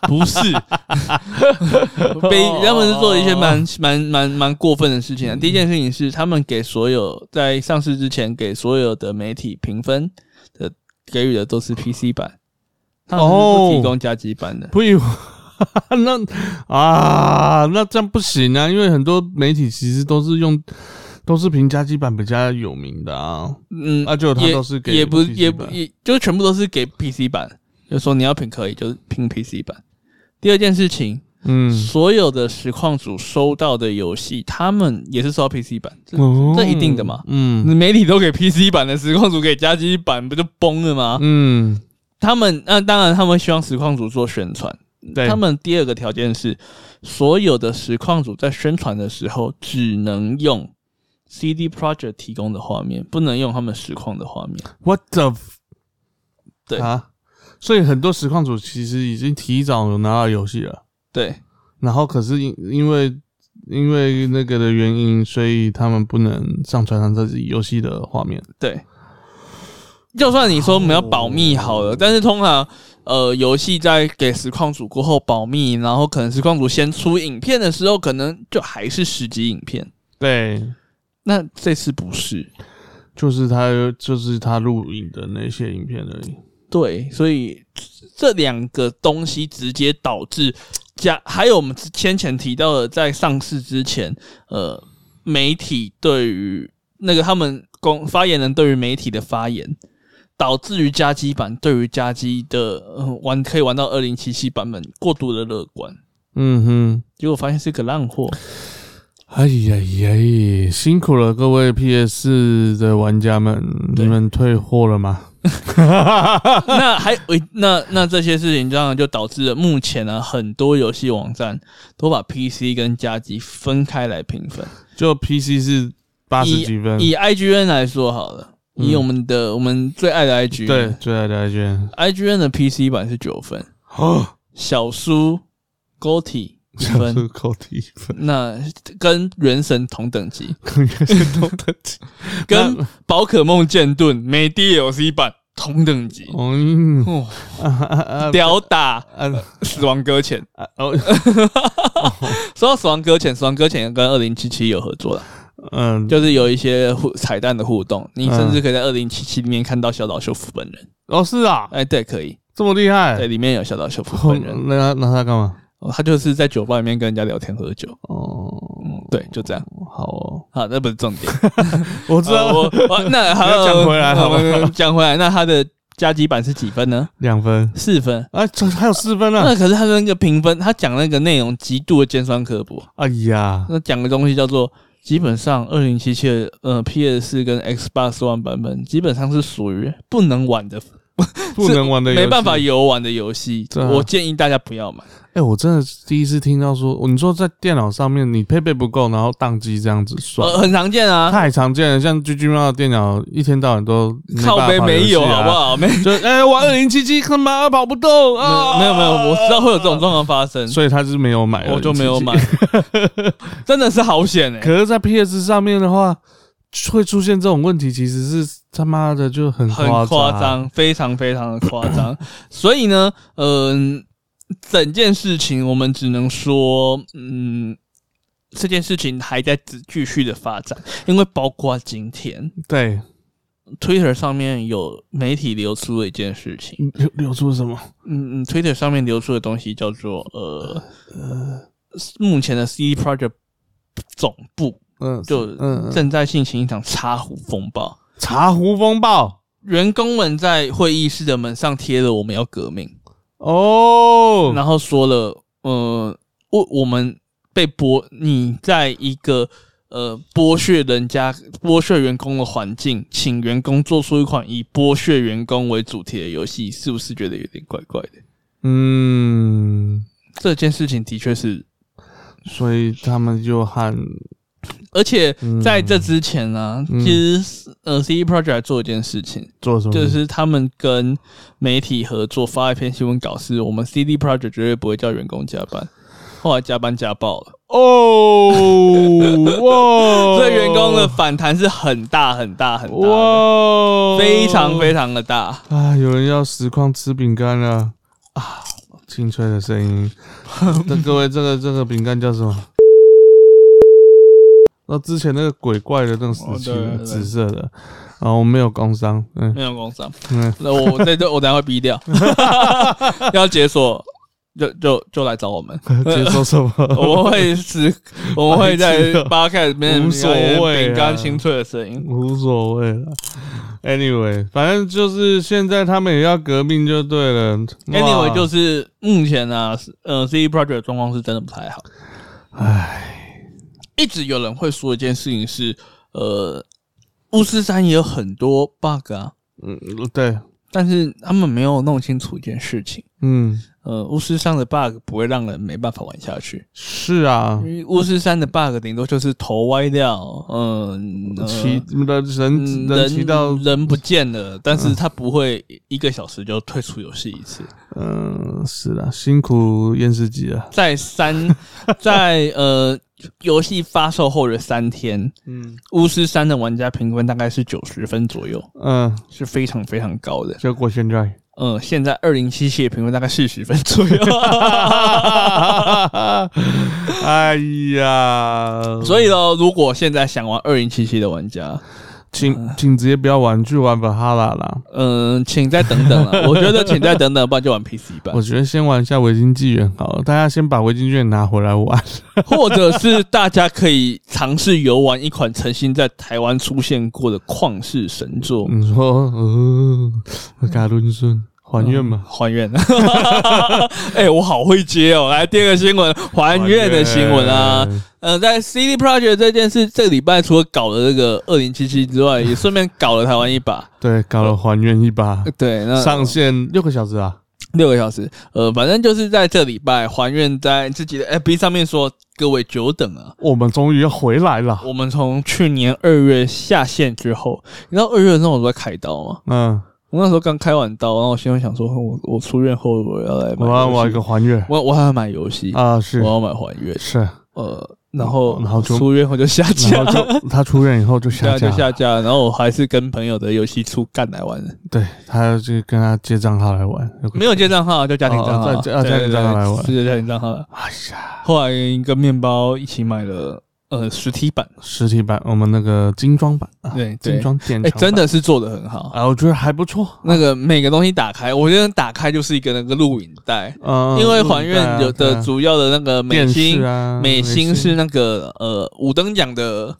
S2: 不是
S1: 哦
S2: 卑，他们是做了一些蛮蛮蛮蛮过分的事情、啊。
S1: 嗯
S2: 第一件事情是，他们给所有在上市之前给所有的媒体评分的给予的都是 PC 版，他们是
S1: 哦
S2: 不提供加机版的。
S1: 不以为 那啊，那这样不行啊，因为很多媒体其实都是用都是评价基版比较有名的啊，
S2: 嗯，
S1: 啊，就他
S2: 也
S1: 都是给
S2: 也不
S1: PC
S2: 也不
S1: 版
S2: 也就是全部都是给 PC 版，就说你要拼可以，就是拼 PC 版。第二件事情，
S1: 嗯，
S2: 所有的实况组收到的游戏，他们也是收到 PC 版，这、
S1: 哦
S2: 这一定的嘛。
S1: 嗯
S2: 你媒体都给 PC 版的实况组给加机版，不就崩了吗？
S1: 嗯，
S2: 他们那、当然，他们希望实况组做宣传。
S1: 对，
S2: 他们第二个条件是，所有的实况组在宣传的时候只能用 CD Project 提供的画面，不能用他们实况的画面。
S1: what the f-
S2: 对
S1: 啊，所以很多实况组其实已经提早有拿到游戏了，
S2: 对，
S1: 然后可是因因为。因为那个的原因，所以他们不能上传上自己游戏的画面。
S2: 对，就算你说我们要保密好了，但是通常呃，游戏在给实况组过后保密，然后可能实况组先出影片的时候，可能就还是十集影片。
S1: 对，
S2: 那这次不是，
S1: 就是他，就是他录影的那些影片而已。
S2: 对，所以这两个东西直接导致加，还有我们之先前提到的，在上市之前，呃，媒体对于那个他们公发言人对于媒体的发言，导致于加基版对于加基的、呃、玩可以玩到二零七七版本过度的乐观，
S1: 嗯哼，
S2: 结果发现是个烂货。
S1: 哎呀呀，辛苦了各位 PS 的玩家们，
S2: 对
S1: 你们退货了吗？
S2: 那还诶那那这些事情，当然就导致了目前呢、很多游戏网站都把 PC 跟加基分开来评分。
S1: 就 PC 是八十几分，
S2: 以 IGN 来说好了，以我们的、我们最爱的 IGN，
S1: 对，最爱的 IGN
S2: IGN 的 PC 版是九分，
S1: 哦，
S2: 小苏、GOTY 一 分
S1: 是扣低分，
S2: 那跟原神同等级，
S1: 跟原神同等级，
S2: 跟宝可梦剑盾没 DLC 版同等级，
S1: 哦嗯
S2: 哦，
S1: 啊啊啊
S2: 屌打
S1: 啊
S2: 死亡搁浅。
S1: 啊哦，
S2: 说到死亡搁浅，死亡搁浅跟二零七七有合作了，
S1: 嗯，
S2: 就是有一些互彩蛋的互动，你甚至可以在二零七七里面看到小岛秀夫本人。
S1: 哦是啊，
S2: 哎，对，可以，
S1: 这么厉害
S2: 对，，里面有小岛秀夫
S1: 哦
S2: 本人，
S1: 那拿它干嘛？
S2: 哦他就是在酒吧里面跟人家聊天喝酒。
S1: 哦，
S2: 对，就这样。
S1: 好哦，
S2: 好，那不是重点。
S1: 我 知
S2: 呃
S1: 道
S2: 我我 那还
S1: 要讲回来好吗
S2: 讲回来，那他的加级版是几分呢？
S1: 两分，
S2: 四分。
S1: 啊，这还有四分呢，
S2: 那可是他的那个评分，他讲那个内容极度的尖酸刻薄。
S1: 哎呀，
S2: 那讲的东西叫做，基本上二零七七的呃 PS 四跟 Xbox One 版本，基本上是属于不能玩的，
S1: 不能玩的游戏
S2: 没办法游玩的游戏。
S1: 对啊
S2: 我建议大家不要买。
S1: 哎、我真的是第一次听到说，你说在电脑上面你配备不够，然后宕机这样子算，
S2: 呃，很常见啊，
S1: 太常见了。像 G G 猫的电脑一天到晚都没办
S2: 靠
S1: 法
S2: 背
S1: 跑游
S2: 没
S1: 戏
S2: 有
S1: 啊
S2: 好不？好？没
S1: 就哎、我二零七七他妈跑不动啊！
S2: 没有没有，我知道会有这种状况发生，
S1: 所以他是没有买，。
S2: 我就没有买 真的是好险哎、
S1: 可是，在 PS 上面的话，会出现这种问题，其实是他妈的就很
S2: 很
S1: 夸
S2: 夸。张，非常非常的夸 张。所以呢，嗯、整件事情我们只能说，嗯，这件事情还在继继续的发展，因为包括今天
S1: 对，
S2: Twitter 上面有媒体流出了一件事情，
S1: 流流出什么？
S2: 嗯嗯，Twitter 上面流出的东西叫做呃呃，目前的 CD Project 总部
S1: 嗯，
S2: 就
S1: 嗯嗯
S2: 正在进行一场茶壶风暴。
S1: 茶壶风暴
S2: 员工们在会议室的门上贴了“我们要革命”，
S1: 哦，
S2: 然后说了，呃，我我们被剥，你在一个呃剥削人家、剥削员工的环境，请员工做出一款以剥削员工为主题的游戏，是不是觉得有点怪怪的？
S1: 嗯。
S2: 这件事情的确是，
S1: 所以他们就和
S2: 而且
S1: 嗯
S2: 在这之前呢、啊，
S1: 嗯
S2: 其实呃，C E Project 还做一件事情，
S1: 做什么？
S2: 就是他们跟媒体合作发一篇新闻稿是，我们 C D Project 绝对不会叫员工加班，后来加班加爆了。
S1: 哦哇，
S2: 所以员工的反弹是很大很大很大的，
S1: 哇，
S2: 非常非常的大。
S1: 啊，有人要实况吃饼干了啊！清脆的声 音，那各位，这个这个饼干叫什么？那之前那个鬼怪的那种时期
S2: 哦对对，对
S1: 紫色的，啊，我没有工伤，嗯
S2: 没有工伤，
S1: 嗯，
S2: 那我我这段我等一下会逼 掉，要解锁就就就来找 我们，
S1: 接受什么？
S2: 我们会是，我们会在
S1: 白痴啊
S2: 八 K 里面
S1: 无所谓啊
S2: 饼干清脆的声音。
S1: 无所谓了，anyway，反正就是现在他们也要革命就对了。
S2: Anyway，就是是目前啊，呃，C Project 的状况是真的不太好。
S1: 唉，
S2: 一直有人会说一件事情是，呃，巫师三也有很多 bug 啊，
S1: 嗯，对，
S2: 但是他们没有弄清楚一件事情。
S1: 嗯，
S2: 呃，巫师三的 bug 不会让人没办法玩下去，
S1: 是啊
S2: 因，为巫师三的 bug 顶多就是头歪掉，嗯、呃，
S1: 骑的人
S2: 嗯
S1: 人骑到
S2: 人不见了，但是他不会一个小时就退出游戏一次。
S1: 嗯，是的，辛苦啊验尸机了。
S2: 在三 在呃游戏发售后的三天，
S1: 嗯
S2: 巫师三的玩家评分大概是九十分左右，
S1: 嗯，
S2: 是非常非常高的。
S1: 结果现 在，
S2: 嗯、现在二零七七的评分大概四十分左右。
S1: 哎呀，
S2: 所以呢，如果现在想玩二零七七的玩家，呃
S1: 请请直接不要玩，去玩吧哈啦啦。
S2: 嗯，请再等等了。我觉得请再等等，不然就玩 PC 版
S1: 我，觉得先玩一下维京纪元好了，大家先把维京纪元拿回来玩。
S2: 或者是大家可以尝试游玩一款曾经在台湾出现过的旷世神作。
S1: 你说，呃，嘎伦孙还愿吗？
S2: 还愿， 哎、我好会接哦！来第二个新闻，还愿的新闻啊。呃，在 CD Project 这件事，这个礼拜除了搞了这个二零七七之外，也顺便搞了台湾一把。
S1: 对，搞了还愿一把，
S2: 对，那
S1: 上线六个小时啊。
S2: 六个小时，呃，反正就是在这礼拜，还愿在自己的 FB 上面说：“各位久等啊，
S1: 我们终于要回来了。
S2: 我们从去年二月下线之后，你知道二月那时候我都在开刀吗？
S1: 嗯，
S2: 我那时候刚开完刀，然后我心里想说，我我出院后我要来买
S1: 我要玩一
S2: 游戏，
S1: 个还原
S2: 我我还要买游戏，
S1: 啊，是
S2: 我要买还原，
S1: 是，
S2: 呃，然后
S1: 然后就
S2: 出院后就下架
S1: 然后，就他出院以后就
S2: 对
S1: 下
S2: 啊，就
S1: 架，
S2: 下架，然后我还是跟朋友的游戏处干来玩的，
S1: 对，他就跟他借账号来玩，
S2: 没有借账号啊，就家庭账号
S1: 哦
S2: 啊，
S1: 哦在啊
S2: 对
S1: 家庭账号
S2: 对
S1: 来玩
S2: 对是家庭账号了。
S1: 哎呀，
S2: 后来跟面包一起买了呃实体版，
S1: 实体版我们那个精装版，啊
S2: 对
S1: 精
S2: 对，
S1: 装典
S2: 哎，
S1: 藏，
S2: 真。的是做的很好。
S1: 啊，我觉得还不错，
S2: 那个每个东西打开，我觉得打开就是一个那个录影带，
S1: 嗯，
S2: 因为还愿
S1: 对啊
S2: 有
S1: 对
S2: 的
S1: 啊
S2: 主要的那个美
S1: 电
S2: 心
S1: 视，啊，
S2: 美心是那个呃五等奖的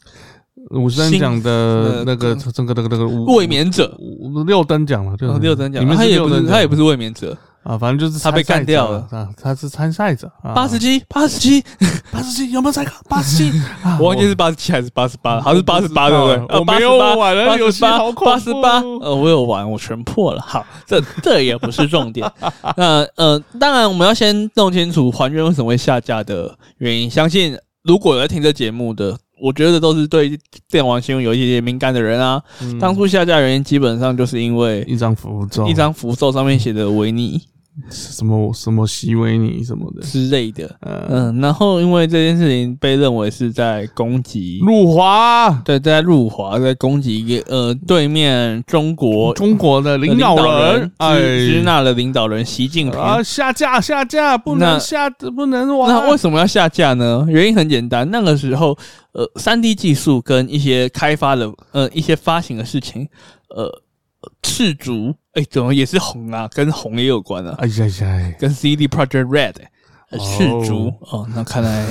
S1: 五十等奖的
S2: 新
S1: 那个这个这个这个五
S2: 卫冕者，
S1: 五六等奖了，
S2: 然
S1: 就
S2: 后
S1: 是
S2: 哦六等奖
S1: 里，面
S2: 他也
S1: 六
S2: 不是
S1: 等奖
S2: 他也不是卫冕者，
S1: 啊，反正就是
S2: 他被干掉了
S1: 参赛者啊，他是参赛者，啊
S2: 八十七八十七，
S1: 八十七有没有参 考？八十七，啊
S2: 我忘记是八十七还是八十八，好像是八十八对不对？啊
S1: 我没哎有玩了
S2: 八
S1: 游
S2: 十
S1: 戏
S2: 八
S1: 好恐怖
S2: 八十八，呃，我有玩，我全破了。好，这这也不是 重点。那呃，当然我们要先弄清楚还原为什么会下架的原因。相信如果有在听这节目的，我觉得都是对电玩新闻有一些敏感的人啊。
S1: 嗯哦
S2: 当初下架原因基本上就是因为
S1: 一张符咒，
S2: 一张符咒上面写的维尼
S1: 什么什么席维尼什么的，
S2: 之类的。
S1: 嗯，
S2: 嗯，然后因为这件事情被认为是在攻击
S1: 辱华
S2: 对，在入华在攻击一个呃对面中国的
S1: 中国的领导人
S2: 人，支支
S1: 哎，
S2: 那的领导人习近平。
S1: 啊，下架下架，不能
S2: 那
S1: 下不能玩，
S2: 那为什么要下架呢？原因很简单，那个时候呃，三 D 技术跟一些开发的呃一些发行的事情，呃，赤足哎、怎么也是红啊，跟红也有关啊，
S1: 哎呀呀，
S2: 跟 CD Project Red、呃赤足哦，那 看来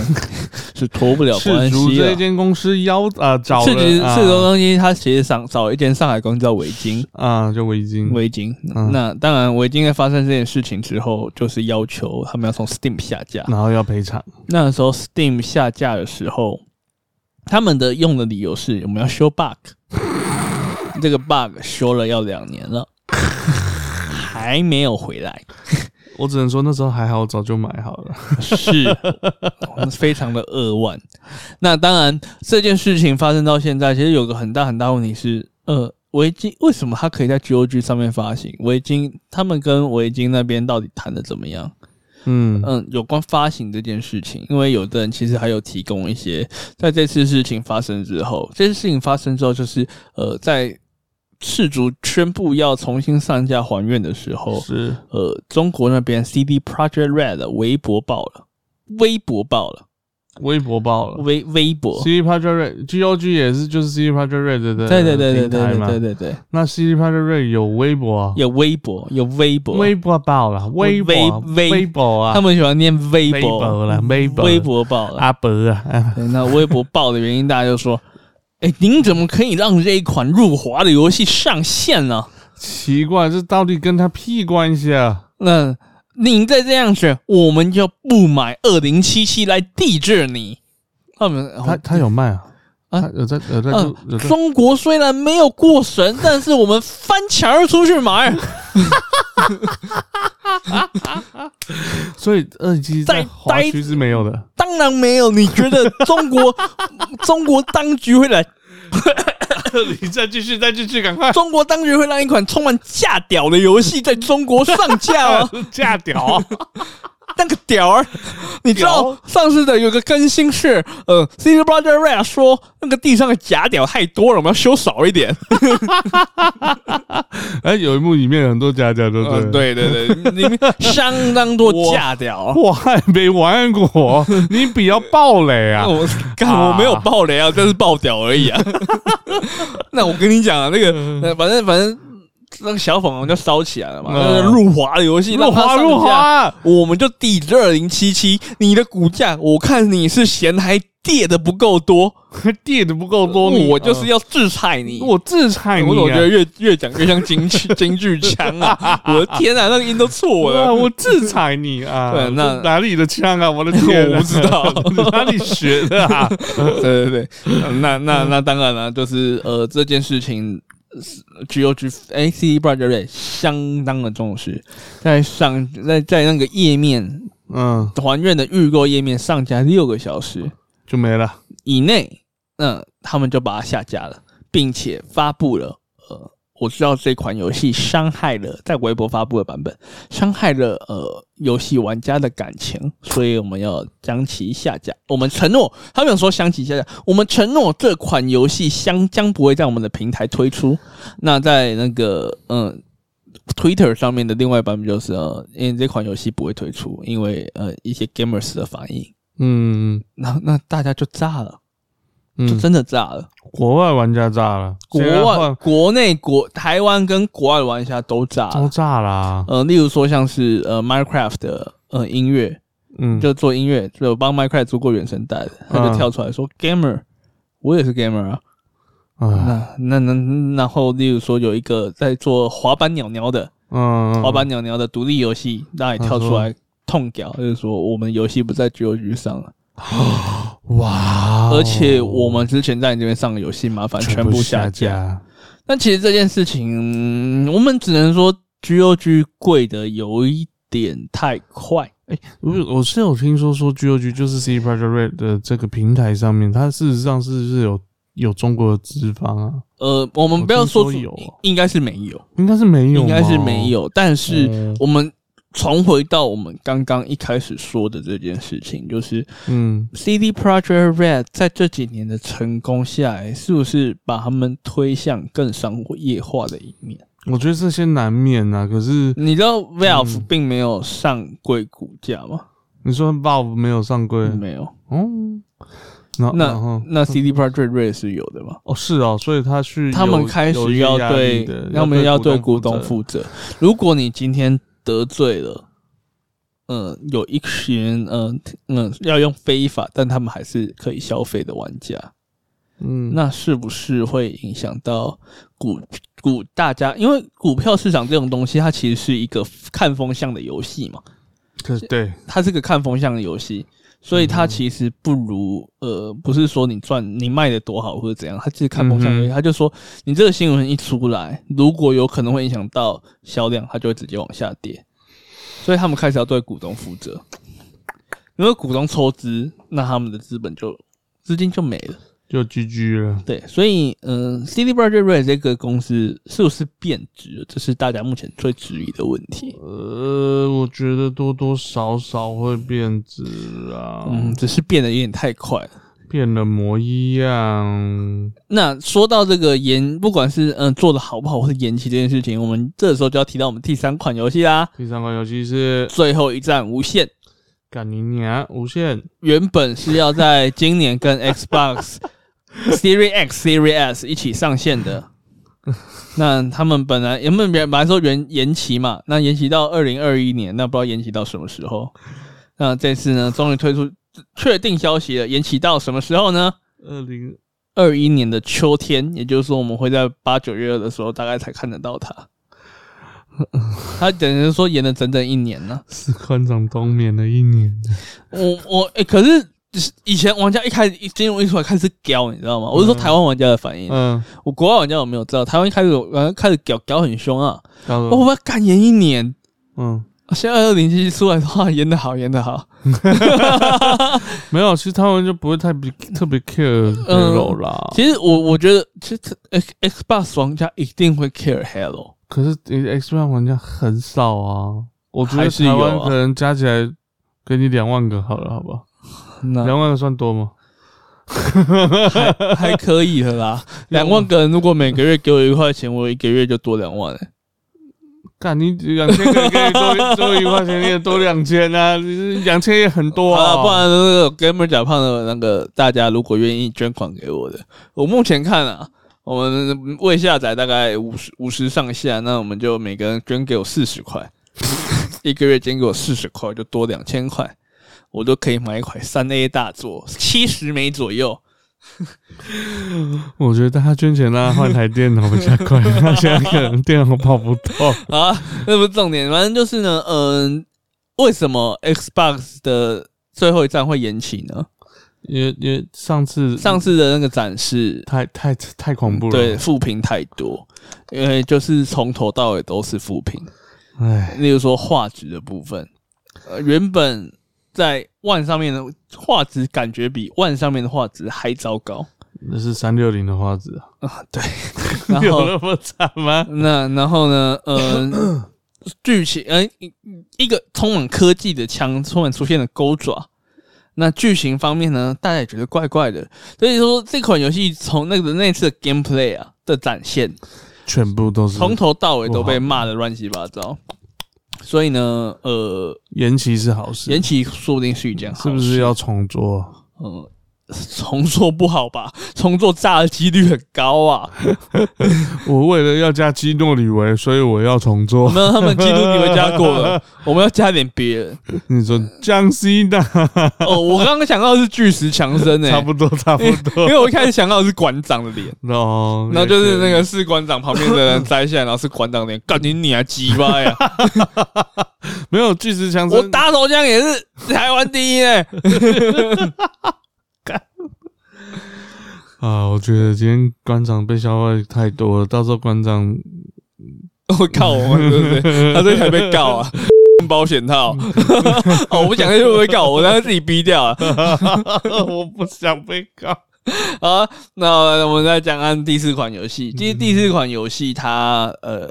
S2: 是脱不了
S1: 赤
S2: 关
S1: 足
S2: 系
S1: 这
S2: 了。
S1: 间公司腰啊找
S2: 赤足
S1: 了啊
S2: 赤足东西，它其实上找了一间上海公司叫维京，
S1: 啊，就围巾，
S2: 围巾。
S1: 嗯
S2: 那当然，围巾在发生这件事情之后，就是要求他们要从 Steam 下架。
S1: 然后要赔偿，
S2: 那时候 Steam 下架的时候，他们的用的理由是我们要修 bug，这个 bug 修了要两年了，还没有回来，
S1: 我只能说那时候还好，我早就买好了。
S2: 是非常的扼腕。那当然，这件事情发生到现在，其实有个很大很大问题是，呃。围巾为什么它可以在 GOG 上面发行？围巾他们跟围巾那边到底谈的怎么样？
S1: 嗯
S2: 嗯，有关发行这件事情，因为有的人其实还有提供一些，在这次事情发生之后，这次事情发生之后，就是呃，在赤足宣布要重新上架还愿的时候，
S1: 是
S2: 呃，中国那边 CD Project Red 微博爆了，微博爆了，
S1: 微博爆了
S2: 微微博，
S1: ，CD Projekt Red G O G 也是就是 CD Projekt Red 的的
S2: 对对对
S1: 平
S2: 对对
S1: 台
S2: 对
S1: 嘛
S2: 对对对，
S1: 那 CD Projekt Red 有微博啊，
S2: 有微博，有微博，
S1: 微博爆了，微博
S2: 微
S1: 微博啊，
S2: 他们喜欢念微
S1: 微
S2: 博，嗯
S1: 博了，微博
S2: 微博爆了。
S1: 阿伯啊，啊
S2: 对，那微博爆的原因，大家就说：“ 哎、您怎么可以让这一款入华的游戏上线呢？
S1: 奇怪，这到底跟他屁关系啊？
S2: 那您再这样子，我们就不买二零七七来抵制你。”他们
S1: 他他有卖啊，
S2: 哦啊
S1: 他有在有在
S2: 嗯
S1: 做有在
S2: 中国虽然没有过审，但是我们翻墙儿出去买，
S1: 所以二期在
S2: 在
S1: 华区是没有的，
S2: 当然没有。你觉得中国 中国当局会来？
S1: 你再继续再继续，赶快
S2: 中国当局会让一款充满架屌的游戏在中国上架
S1: 哦
S2: 吗？
S1: 架屌，
S2: 那个屌儿，你知道上次的有个更新是，呃，CD Projekt Red 说那个地上的假屌太多了，我们要修少一点。
S1: 哎，有一幕里面有很多假屌， 对不对？
S2: 嗯，。对对对，里面相当多假屌。
S1: 我还没玩 过，你比较暴雷啊！
S2: 我 干，我没有爆雷啊，这是爆屌 而已啊。那我跟你讲啊，那个，呃反正反正那个小粉红就烧起来了嘛，
S1: 嗯
S2: 那个入华的游戏，
S1: 入华入，华，
S2: 我们就抵制二零七七。你的股价，我看你是嫌还跌的不够多。
S1: 跌的不够多，你啊
S2: 我就是要制裁你。
S1: 我制裁你、啊！
S2: 我总觉得越越讲越像 京剧京剧腔啊！我的天啊，那个音都错
S1: 啊
S2: 了。
S1: 我制裁你啊！
S2: 对那
S1: 这哪里的枪啊？我的天、啊，
S2: 我不知道，
S1: 哪里学的 啊？
S2: 对对对，那那那当然了，就是呃这件事情，G O G A C E Project Red 相当的重视，在上在在那个页面
S1: 嗯，
S2: 还愿的预购页面上架六个小时
S1: 就没了。
S2: 以内，那他们就把它下架了，并且发布了呃我知道这款游戏伤害了在微博发布的版本伤害了呃游戏玩家的感情，所以我们要将其下架。我们承诺，他没有说将其下架，我们承诺这款游戏将将不会在我们的平台推出。那在那个嗯。Twitter 上面的另外版本就是，呃，因为这款游戏不会推出，因为呃一些 gamers 的反应，
S1: 嗯
S2: 那那大家就炸了，就
S1: 嗯，
S2: 真的炸了。
S1: 国外玩家炸了，
S2: 国
S1: 现在
S2: 外
S1: 换、
S2: 国内、国台湾跟国外的玩家都炸
S1: 都
S2: 了。
S1: 炸啊啦，
S2: 呃，例如说像是呃 Minecraft 的呃音乐，
S1: 嗯，
S2: 就做音乐，就有帮 Minecraft 做过原声带的，他就
S1: 嗯
S2: 跳出来说 Gamer，我也是 Gamer 啊。
S1: 啊，
S2: 那那那，然后例如说有一个在做滑板鸟鸟的，
S1: 嗯，
S2: 滑板鸟鸟的独立游戏，那也跳出来痛屌，就是说我们游戏不在 GOG 上了，
S1: 哇哦，
S2: 而且我们之前在你这边上的游戏麻烦全部下架。
S1: 架，
S2: 但其实这件事情，嗯我们只能说 GOG 贵的有一点太快。
S1: 我有我是有听说说 GOG 就是 C Project Red 的这个平台上面，它事实上是是有有中国的资方啊，
S2: 呃，我们不要
S1: 我
S2: 说
S1: 听说有啊
S2: 应该是没有，
S1: 应该是没有，
S2: 应该是没，有。但是
S1: 嗯
S2: 我们重回到我们刚刚一开始说的这件事情，就是
S1: 嗯
S2: CD Projekt Red 在这几年的成功下来，是不是把他们推向更商业化的一面？
S1: 我觉得这些难免啊，可是
S2: 你知道
S1: 嗯
S2: Valve 并没有上柜股价吗？
S1: 你说 Valve 没有上柜，
S2: 没有。
S1: 哦，那
S2: 嗯那
S1: 然后
S2: 那 CD Projekt Red 是有的吗？
S1: 哦是哦，所以他是
S2: 他们
S1: 有
S2: 开
S1: 有
S2: 始
S1: 一些
S2: 要
S1: 压
S2: 对
S1: 力的，
S2: 他们要对股
S1: 股
S2: 东
S1: 东
S2: 负责。如果你今天得罪了，嗯，有一群嗯嗯要用非法，但他们还是可以消费的玩家，
S1: 嗯，
S2: 那是不是会影响到股股大家？因为股票市场这种东西，它其实是一个看风向的游戏嘛，
S1: 可对，
S2: 它是个看风向的游戏，所以它其实不如呃，不是说你赚你卖的多好或者怎样，它就是看风向游戏。
S1: 嗯
S2: 它就说你这个新闻一出来，如果有可能会影响到销量，它就会直接往下跌，所以他们开始要对股东负责。如果股东抽资，那他们的资本就资金就没了。
S1: 就 GG 了，
S2: 对，所以嗯，CD Projekt Red 这个公司是不是变质了？这是大家目前最质疑的问题。
S1: 呃，我觉得多多少少会变质啊，
S2: 嗯，只是变得有点太快了。
S1: 变了模一样。
S2: 那说到这个延，不管是嗯做的好不好，或是延期这件事情，我们这时候就要提到我们第三款游戏啦，
S1: 第三款游戏是
S2: 《
S1: 《
S2: 最后一战无限》。
S1: 干你娘无限》，
S2: 原本是要在今年跟 Xbox Series X、Series S 一起上线的。那他们本来原本本来说延延期嘛，那延期到二零二一年，那不知道延期到什么时候。那这次呢，终于推出确定消息了，延期到什么时候呢？
S1: 二零
S2: 二一年的秋天，也就是说我们会在八九月的时候大概才看得到 它。它等于说延了整整一年呢、
S1: 是宽长冬眠了一年，
S2: 我我哎、欸可是以前玩家一开始一进入一出来开始屌，你知道吗？我是说台湾玩家的反应，
S1: 嗯，
S2: 我国外玩家有没有知道？台湾一开始有玩家开始屌屌很凶啊，
S1: 叫
S2: 我
S1: 做
S2: 们要干延一年。
S1: 嗯，
S2: 现在二零七七出来的话，演的好，演的好。
S1: 没有，其实他们就不会太比特别 care
S2: 嗯
S1: Halo 啦。
S2: 其实我我觉得，其实 X Xbox 玩家一定会 care Hello，
S1: 可是 Xbox 玩家很少啊，我觉
S2: 还
S1: 得
S2: 是
S1: 台
S2: 有啊
S1: 湾可能加起来给你两万个好了，好不好？
S2: 那
S1: 两万个算多吗？
S2: 还还可以的啦。两万个人如果每个月给我一块钱，我一个月就多两万、欸。
S1: 干你两千个可以多多一块钱，你也多两千 啊，两千也很多
S2: 好
S1: 啊。
S2: 了，不然那个 gamer 假胖的那个大家如果愿意捐款给我的，我目前看啊，我们未下载大概五十五十上下，那我们就每个人捐给我四十块，一个月捐给我四十块，就多两千块，我都可以买一款三 A 大作，七十枚左右。
S1: 我觉得大家捐钱啦、换台电脑比较快。 他现在可能电脑跑不动。
S2: 好啊，那不是重点，反正就是呢，嗯、为什么 Xbox 的最后一站会延期呢？
S1: 也也上次
S2: 上次的那个展示，
S1: 太太太恐怖了。
S2: 对，，负评太多，因为就是从头到尾都是负评。
S1: 哎，
S2: 例如说画质的部分，呃，原本在万上面的画质感觉比万上面的画质还糟糕，
S1: 那是三六零的花子啊，
S2: 啊，对，然
S1: 有
S2: 后
S1: 那么惨吗？
S2: 那然后呢？呃，剧情呃一一个充满科技的枪，突然出现了钩爪。那剧情方面呢，大家也觉得怪怪的。所以说这款游戏从那个那次的 gameplay 啊的展现，
S1: 全部都是
S2: 从头到尾都被骂的乱七八糟。所以呢，呃，
S1: 延期是好事，
S2: 延期说不定是一件好事，
S1: 是不是？要重做？
S2: 嗯，重做不好吧？ 重做炸的几率很高啊。
S1: 我为了要加基诺里维，所以我要重做。
S2: 没有，他们基督你们加过了， 我们要加点别 人。
S1: 你说江西 的，
S2: 哦，我刚刚想到的是巨石强森诶、
S1: 差不多，差不
S2: 因
S1: 多。
S2: 为我一开始想到的是馆长的 脸，
S1: 哦，
S2: 然后就是那个士馆长旁边的人摘下来，然后是馆长的脸，干你娘鸡 巴呀！
S1: 没有巨石强
S2: 我
S1: 森，
S2: 打手枪也是台湾第一欸诶、
S1: 啊，我觉得今天馆长被消费太多了，到时候馆长
S2: 我靠，我们对不对？他这还被告啊。 保险套 哦，我不想会不会告我，然后自己逼掉啊。
S1: 我不想被告。
S2: 好啊，那我们再讲按第四款游戏。其实第四款游戏它呃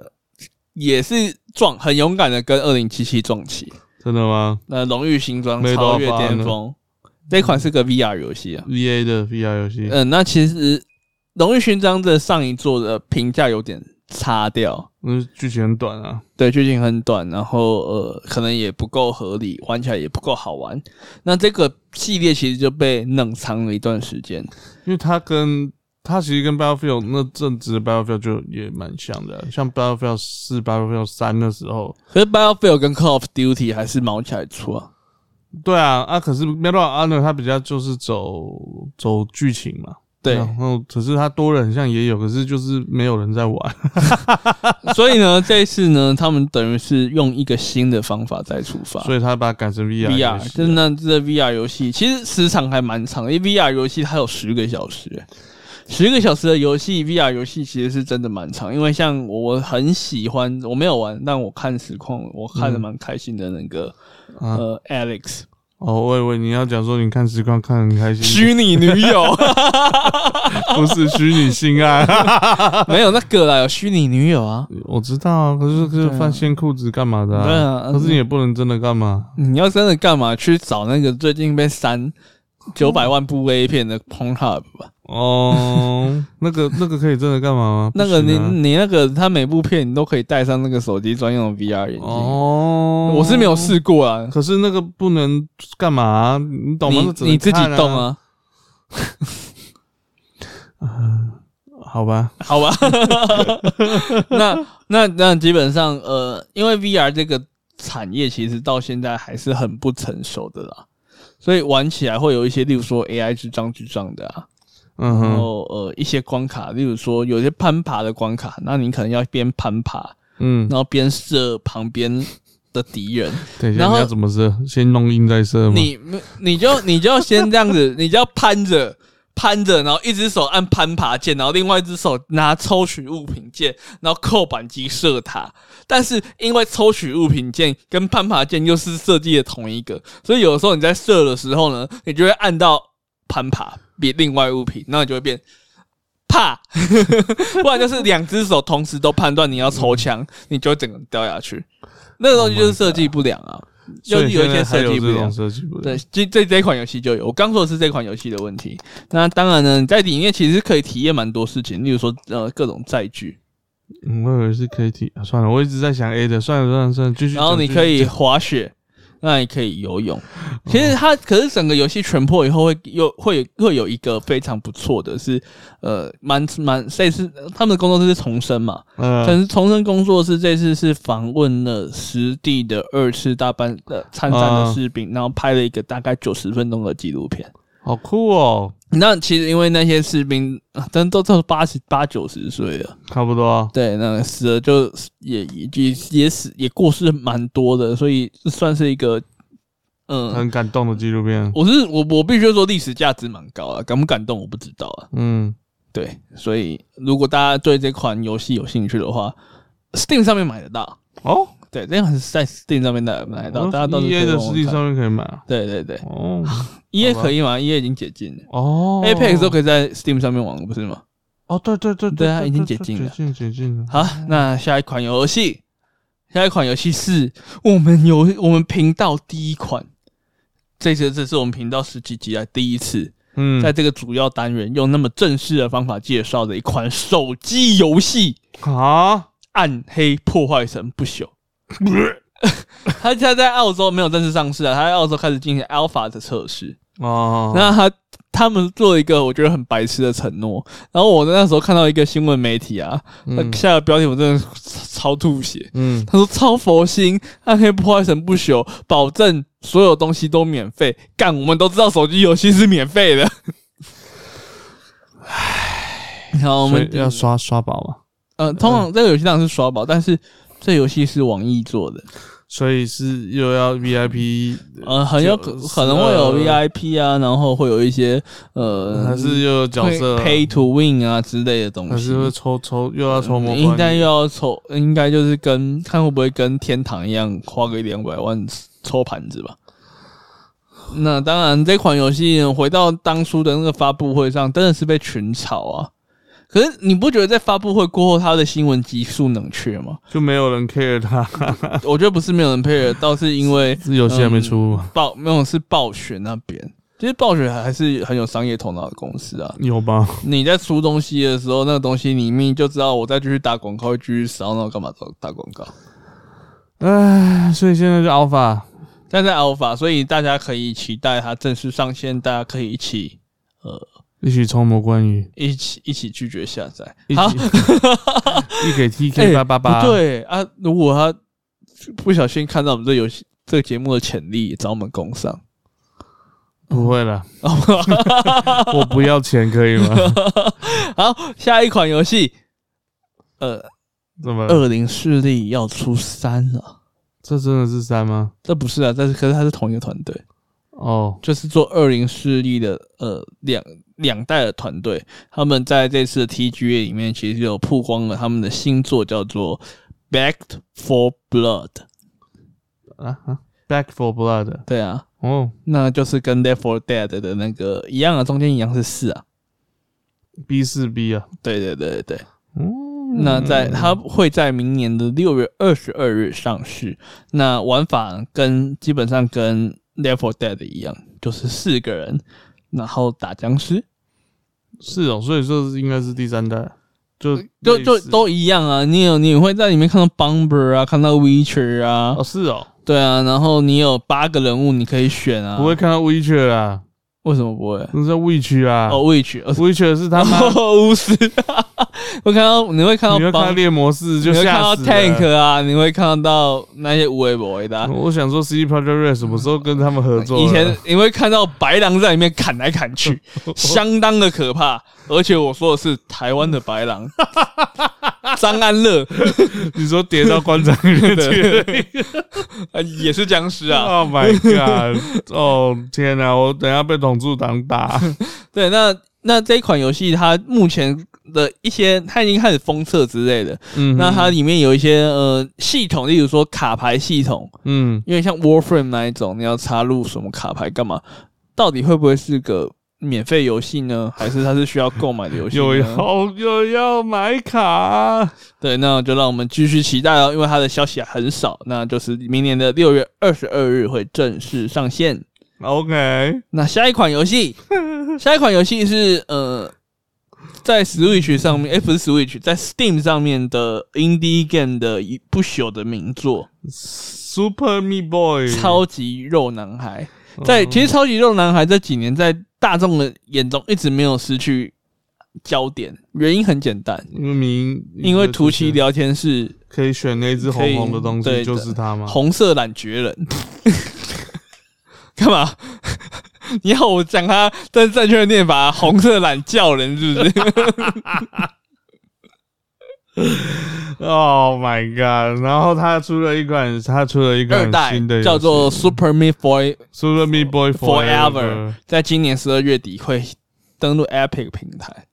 S2: 也是撞很勇敢的跟二零七七撞起，
S1: 真的吗
S2: 那荣誉新装
S1: 没多
S2: 超越
S1: 发
S2: 巅
S1: 呢
S2: 峰。这款是个 VR 游戏啊，
S1: ？VA 的 VR 游戏，
S2: 嗯，那其实荣誉勋章的上一座的评价有点差掉，
S1: 嗯，剧情很短啊。
S2: 对，剧情很短，然后呃，可能也不够合理，玩起来也不够好玩。那这个系列其实就被冷藏了一段时间，
S1: 因为它跟它其实跟 Battlefield 那阵子的 Battlefield 就也蛮像的，啊像 Battlefield 四、Battlefield 三的时候，
S2: 可是 Battlefield 跟 Call of Duty 还是毛起来出啊。
S1: 对啊啊，可是 Medal of Honor 它比较就是走走剧情嘛，
S2: 对，
S1: 然后可是它多人好像也有，可是就是没有人在玩，
S2: 所以呢，这一次呢，他们等于是用一个新的方法再出发。
S1: 所以它把它改成 VR 游
S2: VR
S1: 戏
S2: 就是那这 VR 游戏，其实时长还蛮长的，因为 VR 游戏它有十个小时、欸十个小时的游戏，VR 游戏其实是真的蛮长。因为像我很喜欢，我没有玩，但我看实况，我看的蛮开心的那个、
S1: 啊
S2: 呃 Alex
S1: 哦，我以为你要讲说你看实况看很开心，
S2: 虚啊拟女友，
S1: 不是虚拟性爱，
S2: 没有那个啦，有虚拟女友啊。
S1: 我知道啊，可是可是
S2: 对啊
S1: 翻掀裤子干嘛的、
S2: 对啊
S1: 可是你也不能真的干嘛，
S2: 你要真的干嘛去找那个最近被删九百万部 A 片的 Pornhub 啊吧？
S1: 哦， 那个那个可以真的干嘛吗？
S2: 那个
S1: 不
S2: 你
S1: 行啊
S2: 你那个他每部片你都可以戴上那个手机专用的 VR 眼镜。
S1: 哦，
S2: 我是没有，试过啊，
S1: 可是那个不能干嘛、啊你懂吗？
S2: 你
S1: 那只能
S2: 你自己
S1: 看
S2: 动，啊，
S1: 好吧？
S2: 好吧？那那那基本上呃，因为 VR 这个产业其实到现在还是很不成熟的啦，所以玩起来会有一些，例如说 AI 智障智障的啊，
S1: 嗯
S2: 然
S1: 哼，
S2: 后呃一些关卡，例如说有些攀爬的关卡，那你可能要边攀爬，
S1: 嗯
S2: 然，后边射旁边的敌人，
S1: 等一下
S2: 然后
S1: 你要怎么射？先弄硬再射吗？
S2: 你你就你就先这样子， 你就要攀着攀着，然后一只手按攀爬键，然后另外一只手拿抽取物品键，然后扣扳机射它。但是因为抽取物品键跟攀爬键又是设计的同一个，所以有的时候你在射的时候呢，你就会按到攀爬比另外物品，那你就会变。怕， 不然就是两只手同时都判断你要抽
S1: 嗯
S2: 枪，你就会整个掉下去。那个东西就是
S1: 哦
S2: 设计不良啊，就
S1: 所
S2: 是
S1: 以
S2: 有一些
S1: 现在还
S2: 设
S1: 有
S2: 计不
S1: 这
S2: 良
S1: 种。设计不
S2: 对
S1: 良，，
S2: 这这这一款游戏就有。我刚说的是这款游戏的问题。那当然呢，你在里面其实可以体验蛮多事情，例如说呃各种载具，
S1: 嗯我以为是 K T，算了，我一直在想 A 的，算了算了算了，继续
S2: 然
S1: 讲。
S2: 后你
S1: 继续
S2: 可以
S1: 讲哦
S2: 滑雪，那你可以游泳。其实它可是整个游戏全破以后会有会有会有一个非常不错的是，呃，蛮蛮这次他们的工作室是重生嘛，
S1: 呃
S2: 但是重生工作室这次是访问了实地的二次大班的呃参战的
S1: 啊
S2: 士兵，然后拍了一个大概九十分钟的纪录片。
S1: 好酷哦，
S2: 那其实因为那些士兵，啊但都都八十八九十岁了，
S1: 差不多。
S2: 对，那死了就也也也也死也过世蛮多的，所以算是一个，嗯、
S1: 很感动的纪录片，
S2: 我是我我必须说历史价值蛮高啊，感不感动我不知道啊，
S1: 嗯，
S2: 对，所以如果大家对这款游戏有兴趣的话，Steam 上面买得到，
S1: 哦，
S2: 对，这个是在 Steam 上面的买得到，大家都是
S1: E A
S2: 可以
S1: 的
S2: 玩玩
S1: 实体
S2: 看
S1: 上面可以买啊。
S2: 对对对
S1: 哦
S2: ，E A
S1: 好吧
S2: 可以吗？E A 已经解禁了
S1: 哦
S2: ，Apex 都可以在 Steam 上面玩，不是吗？
S1: 哦，对对对
S2: 对啊已经解
S1: 对
S2: 禁了
S1: 解禁解禁了。
S2: 好，那下一款游戏，下一款游戏是我们游我们频道第一款，这次这是我们频道十几集来第一次
S1: 嗯，
S2: 在这个主要单元用那么正式的方法介绍的一款手机游戏《
S1: 啊，
S2: 暗黑破坏神 不朽》。它它在澳洲没有正式上市啊，它在澳洲开始进行 alpha 的测试。
S1: 哦，
S2: 那他他们做一个我觉得很白痴的承诺，然后我那时候看到一个新闻媒体啊，那
S1: 嗯
S2: 下的标题我真的超超吐血。
S1: 嗯，
S2: 他说超佛心，暗黑破坏神不朽，保证所有东西都免费。干，我们都知道手机游戏是免费的。唉，好，我
S1: 我
S2: 们
S1: 们要刷刷宝嘛，
S2: 呃，通常这个游戏当然是刷宝，但是这游戏是网易做的，
S1: 所以是又要 V I P，
S2: 呃，很有可
S1: 就是
S2: 可能会有
S1: 呃
S2: VIP 啊，然后会有一些呃，
S1: 还是又有角色，
S2: pay to win 啊之类的东西，
S1: 还是会抽抽又要抽魔
S2: 嗯应该
S1: 关，
S2: 又要抽，应该就是跟看会不会跟天堂一样花个一两百万抽盘子吧。那当然，这款游戏回到当初的那个发布会上，真的是被群嘲啊。可是你不觉得在发布会过后，它的新闻急速冷却吗？
S1: 就没有人 care 他，
S2: 我觉得不是没有人配合，倒是因为
S1: 是游戏还没出，
S2: 暴没有是暴雪那边，其实暴雪还是很有商业头脑的公司啊。
S1: 有吧？
S2: 你在出东西的时候，那个东西你明明就知道我再继续打广告，会继续烧，那我干嘛打打广告？
S1: 唉，所以现在就 Alpha，
S2: 但在 Alpha，所以大家可以期待它正式上线，大家可以一起
S1: 一起抽魔关羽，
S2: 一起一起拒绝下载。
S1: 一
S2: 好哎
S1: 起， 一给 T K 八八八，
S2: 不，对啊，如果他不小心看到我们这游戏这个节目的潜力，找我们工商。
S1: 不会 了，我不要钱可以吗？
S2: 好，下一款游戏，呃，
S1: 怎么？
S2: 恶灵势力要出三了。
S1: 这真的是三吗？
S2: 这不是啊，但是可是它是同一个团队。
S1: 哦，
S2: 就是做二零势力的呃两两代的团队，他们在这次的 TGA 里面其实有曝光了他们的新作，叫做《Back for Blood》。
S1: 啊啊，Back for Blood，
S2: 对啊，
S1: 哦，
S2: 那就是跟《Left for Dead》的那个一样啊，中间一样是四啊。
S1: B 四 B 啊，
S2: 对对对对对，
S1: 嗯
S2: 那在它会在明年的六月二十二日上市。那玩法跟基本上跟《Left for Dead》一样，就是四个人，然后打僵尸。
S1: 是哦，所以说是应该是第三代，就
S2: 呃就
S1: 类
S2: 就
S1: 似
S2: 都一样啊，你有你会在里面看到 Bomber 啊，看到 Witcher 啊
S1: 哦，是哦，
S2: 对啊，然后你有八个人物你可以选啊，
S1: 不会看到 Witcher 啦，
S2: 为什么不会？
S1: 那是 Witch 啊
S2: 哦，Witcher，哦
S1: ，Witcher 是他妈，
S2: 巫师，会看到你会看到
S1: 你会看到
S2: Bom-
S1: 猎魔士
S2: 你
S1: 就
S2: 会看
S1: 吓
S2: 到
S1: 死了。
S2: Tank 啊，你会看到那些无为不为的啊、
S1: 我想说，C Project Red 什么时候跟他们合作了？
S2: 以前你会看到白狼在里面砍来砍 去，相当的可怕。而且我说的是台湾的 白狼，张安乐
S1: 你说跌到棺材里 面去
S2: 呃也是僵 尸啊。
S1: ，Oh my god！哦天哪、我等一下被董柱党打。
S2: 对，那那这一款游戏它目前的一些，它已经开始封测之类的。
S1: 嗯哼，
S2: 那它里面有一些呃系统，例如说卡牌系统，
S1: 嗯
S2: 因为像 Warframe 那一种，你要插入什么卡牌干嘛？到底会不会是个免费游戏呢？还是它是需要购买的 游戏呢？
S1: 又要又要买卡，
S2: 对，那就让我们继续期待哦，因为它的消息还很少，那就是明年的六月二十二日会正式上线。
S1: OK，
S2: 那下一款游戏，下一款游戏是呃，在 Switch 上面，哎、不是 Switch，在 Steam 上面的 Indie Game 的一不朽的名作
S1: Super Me Boy，
S2: 《超级肉男孩》在。其
S1: 实
S2: 实《超级肉男孩》这几年在大众的眼中一直没有失去焦点，原因很简单，
S1: 名
S2: 因为图奇聊天室
S1: 可以选那只红红的东
S2: 可以
S1: 西，就是它吗？
S2: 红色懒绝人， 干嘛？ 你要我讲他正正确的念法，红色懒叫人是不是？
S1: Oh my god！然后他出了一款，他出了一
S2: 二
S1: 款
S2: 代
S1: 新的游戏，
S2: 叫做 Super Meat Boy
S1: Super Me Boy
S2: Forever，在今年十二月底会登陆 Epic 平台。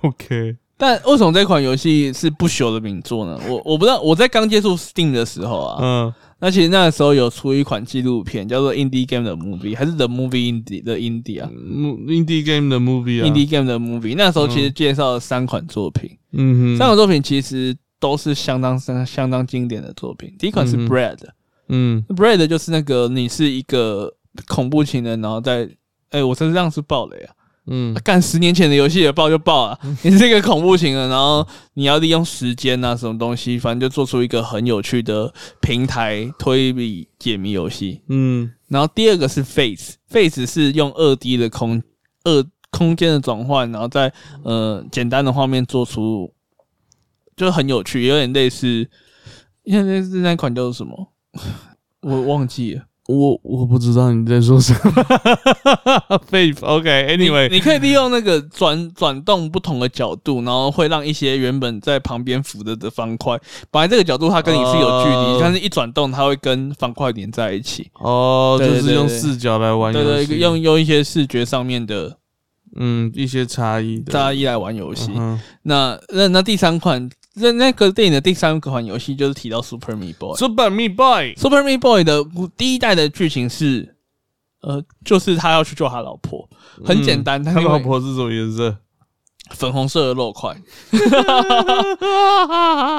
S1: OK，
S2: 但为什么这款游戏是不朽的名作呢？我我不知道，我在刚接触 Steam 的时候啊，
S1: 嗯，
S2: 那其实那个时候有出一款纪录片，叫做《Indie Game 的 Movie》，还是《The Movie Indie》的 Indie 啊、
S1: 嗯 indie game 的 movie 啊
S2: i n d i e Game 的 Movie。那时候其实介绍了三款作品，
S1: 嗯哼，
S2: 三款作品其实都是相当相相当经典的作品。第一款是
S1: 嗯
S2: b
S1: 哼
S2: r e a d
S1: 嗯
S2: b r e a d 就是那个你是一个恐怖情人，然后在哎、我真是这样是暴雷啊！
S1: 嗯
S2: 干十年前的游戏也爆就爆了，你是一个恐怖情人，然后你要利用时间啊什么东西，反正就做出一个很有趣的平台推理解谜游戏。
S1: 嗯
S2: 然后第二个是 Face，Face 是用二 D 的空二空间的转换，然后在呃简单的画面做出，就很有趣，有点类似，有点类似那款叫做什么， 我忘记了。
S1: 我我不知道你在说什么 ，Faith，OK，Anyway，、
S2: 你你可以利用那个转转动不同的角度，然后会让一些原本在旁边浮着的方块，本来这个角度它跟你是有距离
S1: 哦
S2: 但是一转动它会跟方块连在一起。
S1: 哦，
S2: 对
S1: 就
S2: 对
S1: 是用
S2: 对
S1: 视角来玩
S2: 对
S1: 游
S2: 对，
S1: 戏，
S2: 用用一些视觉上面的
S1: 嗯一些差异的，
S2: 大家一来玩游戏。
S1: 嗯
S2: 那那那第三款，那那个电影的第三款游戏就是提到 Super Meat Boy。
S1: ，Super Meat Boy，
S2: Super Meat Boy 的第一代的剧情是，呃，就是他要去救他老婆，很简单，
S1: 嗯
S2: 但
S1: 他
S2: 是
S1: 老婆是什么颜 色？
S2: 粉红色的肉块。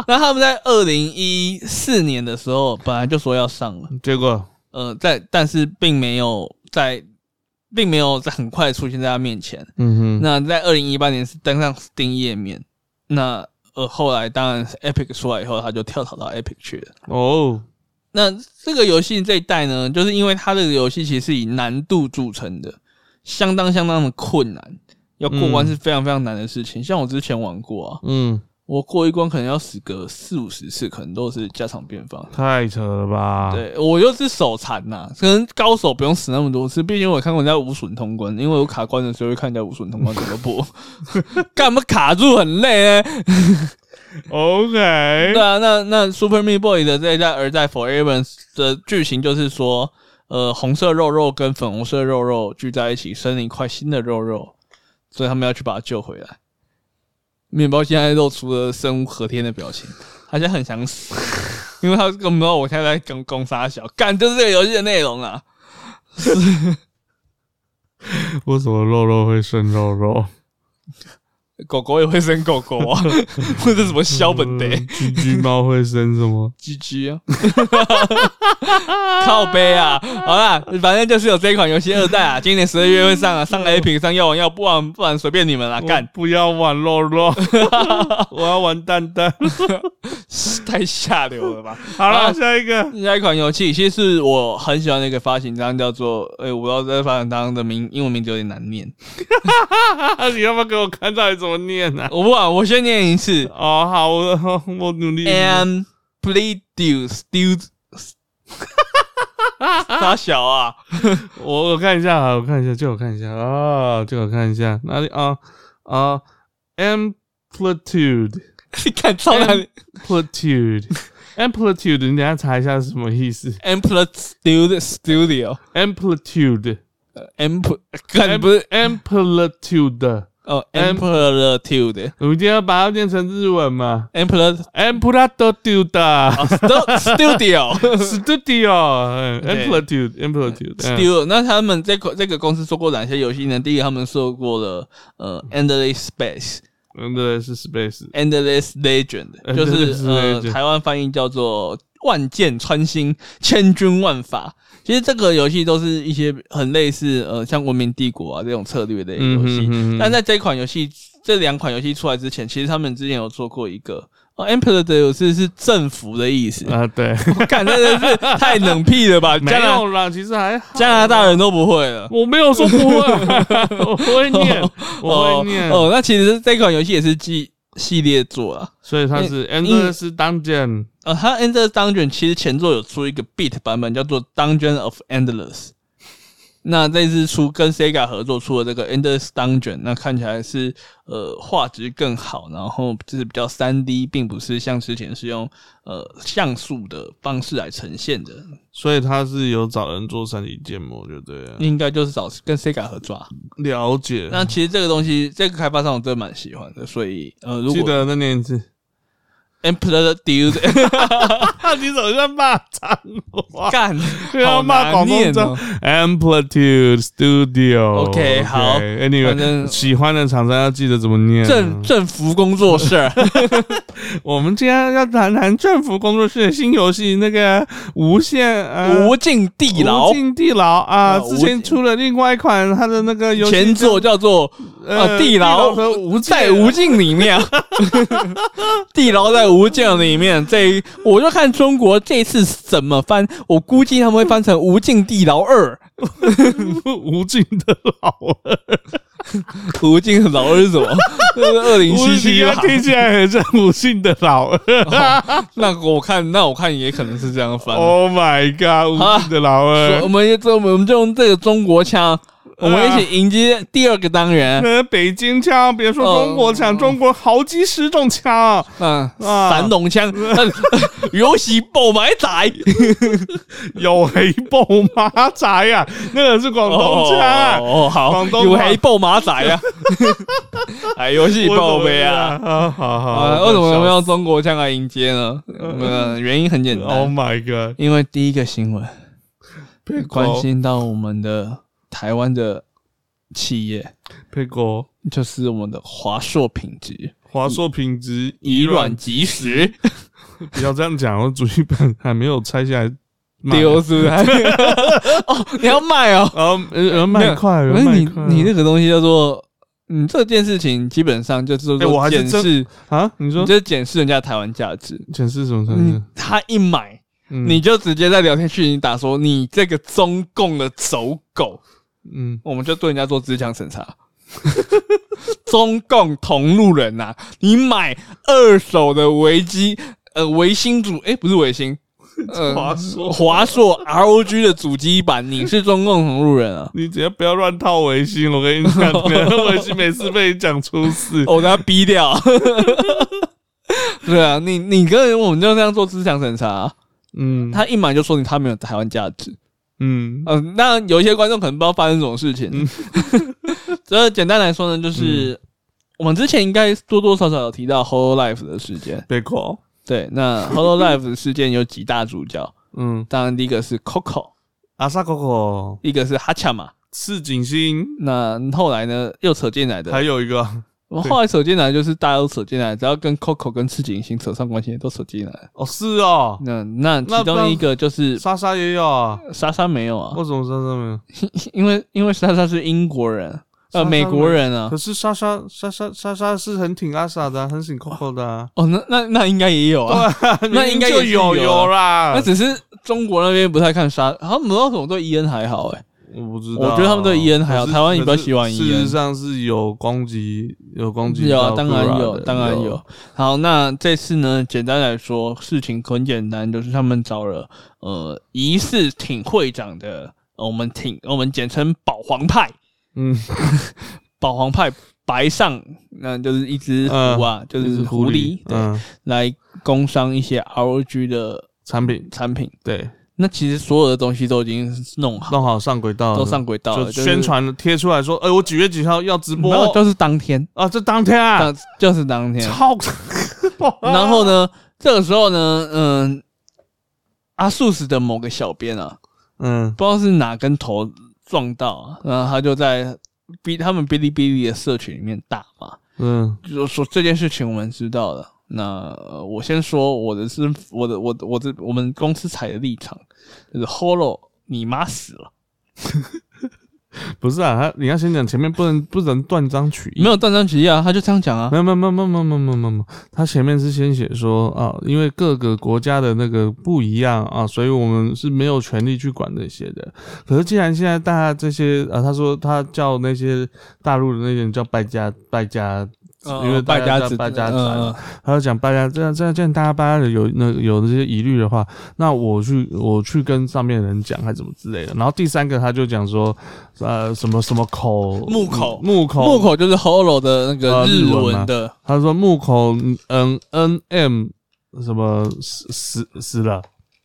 S2: 那他们在二零一四年的时候，本来就说要上了，
S1: 结果，
S2: 呃，在但是并没有在，并没有在很快出现在他面前。
S1: 嗯哼，
S2: 那在二零一八年是登上 Steam 页面，那呃后来当然是 Epic 出来以后，他就跳槽到 Epic 去了。
S1: 哦，
S2: 那这个游戏这一代呢，就是因为它这个游戏其实是以难度著称的，相当相当的困难，要过关
S1: 嗯
S2: 是非常非常难的事情。像我之前玩过啊，
S1: 嗯，
S2: 我过一关可能要死个四五十次，可能都是家常便饭。
S1: 太扯了吧？，
S2: 对我又是手残呐、可能高手不用死那么多次，毕竟我也看过人家无损通关，因为我卡关的时候会看人家无损通关怎么破， 干嘛卡住很累呢？欸
S1: OK，
S2: 对啊，那那 Super Meat Boy 的这一代而在 Forever 的剧情就是说，呃，红色肉肉跟粉红色肉肉聚在一起，生了一块新的肉肉，所以他们要去把它救回来。面包现在露出了生无可恋的表情，他现在很想死，因为他根本不知道我现在在跟攻杀小，干就是这个游戏的内容啊。
S1: 为什么肉肉会生肉肉？
S2: 狗狗也会生狗狗 啊，或者什么小本的、
S1: 嗯橘橘猫会生什么？
S2: 鸡鸡啊， 靠背啊，好啦，反正就是有这一款游戏二代啊，今年十二月会上啊，上 A 屏上要玩要不玩不玩随便你们啦，
S1: 干
S2: 啊干，
S1: 不要玩肉肉，我要玩蛋蛋。
S2: 太下流了吧。
S1: 好
S2: 好
S1: 了，下一个，
S2: 下一款游戏其实是我很喜欢的一个发行商，叫做哎、我不知道这个发行商的名英文名字有点难念，
S1: 你要不要给我看到底怎么念呢、啊？
S2: 我不管，我先念一次
S1: 哦，好，我我努
S2: 嗯
S1: 力。
S2: ，M bleed you still，傻小 啊，
S1: 我我看一下啊，我看一下，借我看一下啊，借我看一下哪里啊啊，amplitude
S2: 你看超难
S1: amplitude amplitude，你等一下查一下是什么意思
S2: ，M plus studio studio。
S1: ？amplitude
S2: emp 看不是
S1: amplitude，
S2: 哦
S1: Em-
S2: amplitude
S1: 我们今天要把它念成日文嘛
S2: amplitude
S1: ？amplitude
S2: studio
S1: studio 嗯
S2: Okay
S1: amplitude amplitude 예.
S2: studio。那他们这个这个公司做过哪些游戏呢？第一个，他们做过了呃 endless space
S1: 嗯，对，是 space
S2: endless legend，就
S1: Endless
S2: 是呃
S1: Legend
S2: 台湾翻译叫做万箭穿心、千军万法。其实这个游戏都是一些很类似呃像文明帝国啊这种策略类的游戏。
S1: 嗯哼哼哼
S2: 但在这一款游戏，这两款游戏出来之前，其实他们之前有做过一个。哦，Emperor 的有是是政府的意 思，
S1: 啊， 对，
S2: 看真的是太冷僻了吧？
S1: 没
S2: 加拿
S1: 有啦，其实还好
S2: 加拿大人都不会了。
S1: 我没有说不 会，我会念，我会念。
S2: 哦哦，哦那其实这款游戏也是系系列作啊。
S1: 所以它是 Endless Dungeon。
S2: 呃，它 Endless Dungeon 其实前作有出一个 beat 版本，叫做 Dungeon of Endless。那这次出跟 Sega 合作出的这个 Endless Dungeon，那看起来是呃画质更好，然后就是比较 3D，并不是像之前是用呃像素的方式来呈现的，
S1: 所以他是有找人做三 D 建模，就对了。
S2: 应该就是找跟 Sega 合作啊。
S1: 了解。
S2: 那其实这个东西，这个开发商我真的蛮喜欢的，所以呃，如
S1: 记
S2: 果
S1: 得那年一次，
S2: Emperor Dude
S1: 你怎么在骂脏话
S2: 干，
S1: 对啊
S2: 好
S1: 骂
S2: 难
S1: 广东
S2: 念
S1: 脏
S2: 哦。
S1: ？Amplitude Studio。
S2: OK，好
S1: Anyway，
S2: 反正
S1: 喜欢的厂商要记得怎么念啊。
S2: 政政府工作室，
S1: 我们今天要谈谈政府工作室的新游戏，那个无限呃
S2: 无尽地牢
S1: 无。尽地牢啊，
S2: 呃无
S1: 之前出了另外一款它的那个游戏
S2: 前作叫做呃地牢
S1: 和无尽啊
S2: 在无尽里面， 地牢在无尽里面。这我就看中国这次怎么翻，我估计他们会翻成《无尽地牢二
S1: 无尽的 牢，》。
S2: 无尽牢二是什么？ 那是二零七七啊
S1: 无
S2: 吧
S1: 尽？听起来很像无尽的牢。
S2: 那我看，那我看也可能是这样翻。
S1: Oh my god，
S2: 好啊
S1: 无尽的牢
S2: 说我
S1: 啊！
S2: 们就这，我们就用这个中国腔，
S1: 哎
S2: 我们一起迎接第二个单元。
S1: 呃，北京腔，别说中国腔，
S2: 哦
S1: 中国好几十种腔，
S2: 嗯，
S1: 啊
S2: 散龙腔， 游戏爆买仔，
S1: 有黑豹马仔啊，那个是广东腔啊。
S2: 哦，好
S1: 广，东
S2: 有
S1: 话
S2: 黑爆马仔 啊，哎，游戏爆杯啊！
S1: 啊！好
S2: 啊，
S1: 好，
S2: 为什么我们要中国腔来迎接呢？呃，原因很简
S1: Oh
S2: 单，
S1: my god！
S2: 因为第一个新闻
S1: 佩哥
S2: 关心到我们的台湾的企业，
S1: 佩哥，
S2: 就是我们的华硕品质
S1: 华硕品质
S2: 以卵击石，
S1: 不要这样讲，我主机板还没有拆下来卖。
S2: 丢 出来。哦，你要卖哦？
S1: 然后呃呃卖快，
S2: 可
S1: 呃
S2: 是
S1: 卖
S2: 你
S1: 快
S2: 你那个东西叫做，你这件事情基本上就是
S1: 哎我
S2: 说
S1: 还是
S2: 检
S1: 真
S2: 视，
S1: 啊？你
S2: 你
S1: 说
S2: 就是检视人家的台湾价值。
S1: 显示什么产
S2: 嗯
S1: 品？，
S2: 他一买
S1: 嗯
S2: 你就直接在聊天区里打说你这个中共的走狗，
S1: 嗯，
S2: 我们就对人家做自强审查。 中共同路人呐、你买二手的维基，呃，维新主，诶，不是维新，呃
S1: 华硕
S2: 华硕 ROG 的主机版，你是中共同路 人啊！
S1: 你只要不要乱套维新，我跟你讲，维新每次被你讲出事。
S2: 哦我给他逼掉。 对啊，你你跟人我们就这样做思想审查啊、
S1: 嗯
S2: 他一买就说你他没有台湾价值，
S1: 嗯
S2: 嗯，那有一些观众可能不知道发生这种事情。所以简单来说呢，就是、
S1: 嗯
S2: 我们之前应该多多少少有提到 Holo Life 的事件。
S1: 贝哥，
S2: 对，那 Holo Life 的事件有几大主角，
S1: 嗯，
S2: 当然第一个是 Coco，
S1: 阿萨哥哥，
S2: 一个是哈恰嘛。
S1: 赤井星，
S2: 那后来呢，又扯进来
S1: 还
S2: 的，
S1: 有一个
S2: 我们后来扯进来就是大家都扯进来，只要跟 Coco 跟赤井星扯上关系的都扯进来。
S1: 哦，是哦，
S2: 那那
S1: 那
S2: 其中一个就是
S1: 莎莎也有啊。
S2: 莎莎没有啊
S1: 为，什么莎莎没有？
S2: 因为因为莎莎是英国人，
S1: 莎
S2: 呃，
S1: 莎
S2: 美国人啊
S1: 可。是莎莎莎莎莎莎是很挺阿莎的啊、很挺 Coco 的、啊。
S2: 哦，那那那应该也有啊。那应该也
S1: 就是有
S2: 有
S1: 有啦。
S2: 那只是中国那边不太看沙，他们不知道为什么对伊恩还好哎、
S1: 我不知道，
S2: 我觉得他们对伊恩还好
S1: 可是
S2: 台湾也比较
S1: 可是
S2: 喜欢伊恩
S1: 事实上是有攻击，有攻击
S2: 有
S1: 到
S2: 啊，
S1: Gura 的，
S2: 当然有，当然有。好，那这次呢，简单来说，事情很简单，就是他们找了呃疑似挺会长的，呃我们挺我们简称保皇派，
S1: 嗯，
S2: 保皇派白上，那就是一只狐啊， 就
S1: 就是是
S2: 狐狸，对，
S1: 嗯，
S2: 来工商一些 ROG 的
S1: 产品
S2: 产品。
S1: 对，
S2: 那其实所有的东西都已经弄好，
S1: 弄好上轨道了，
S2: 都上轨道了，
S1: 就
S2: 就是
S1: 宣传贴出来说，哎，我几月几号要直播
S2: 没有，就是当天，
S1: 啊？这当天啊，
S2: 当就是当天。
S1: 操！
S2: 然后呢，这个时候呢，嗯，阿素斯的某个小编啊，
S1: 嗯，
S2: 不知道是哪根头撞到、啊，然后他就在哔他们哔哩哔哩的社群里面大骂，
S1: 嗯
S2: 就说这件事情我们知道了。那呃我先说我的是我的我的我的我们公司采的立场，就是 Holo 你妈死了，
S1: 嗯，不是啊，他你要先讲前面不能不能断章取义
S2: 没。有断章取义啊，他就这样讲啊
S1: 没，有没有没有没有没有没有没有没有没有，他前面是先写说啊，因为各个国家的那个不一样啊，所以我们是没有权利去管这些的。可是既然现在大家这些啊，他说他叫那些大陆的那些人叫败家败家子，因为大
S2: 呃
S1: 家
S2: 败家
S1: 在
S2: 子
S1: 败家子啊，
S2: 嗯
S1: 他就讲大家这样这样这样，大家大家有那有这些疑虑的话，那我去我去跟上面的人讲，还怎么之类的。然后第三个他就讲说，呃，什么什么口
S2: 木口
S1: 木口
S2: 木，口就是 Holo 的那个
S1: 呃
S2: 日
S1: 日文
S2: 文
S1: 吗
S2: 的，
S1: 他说木口嗯 N M 什么死死死了，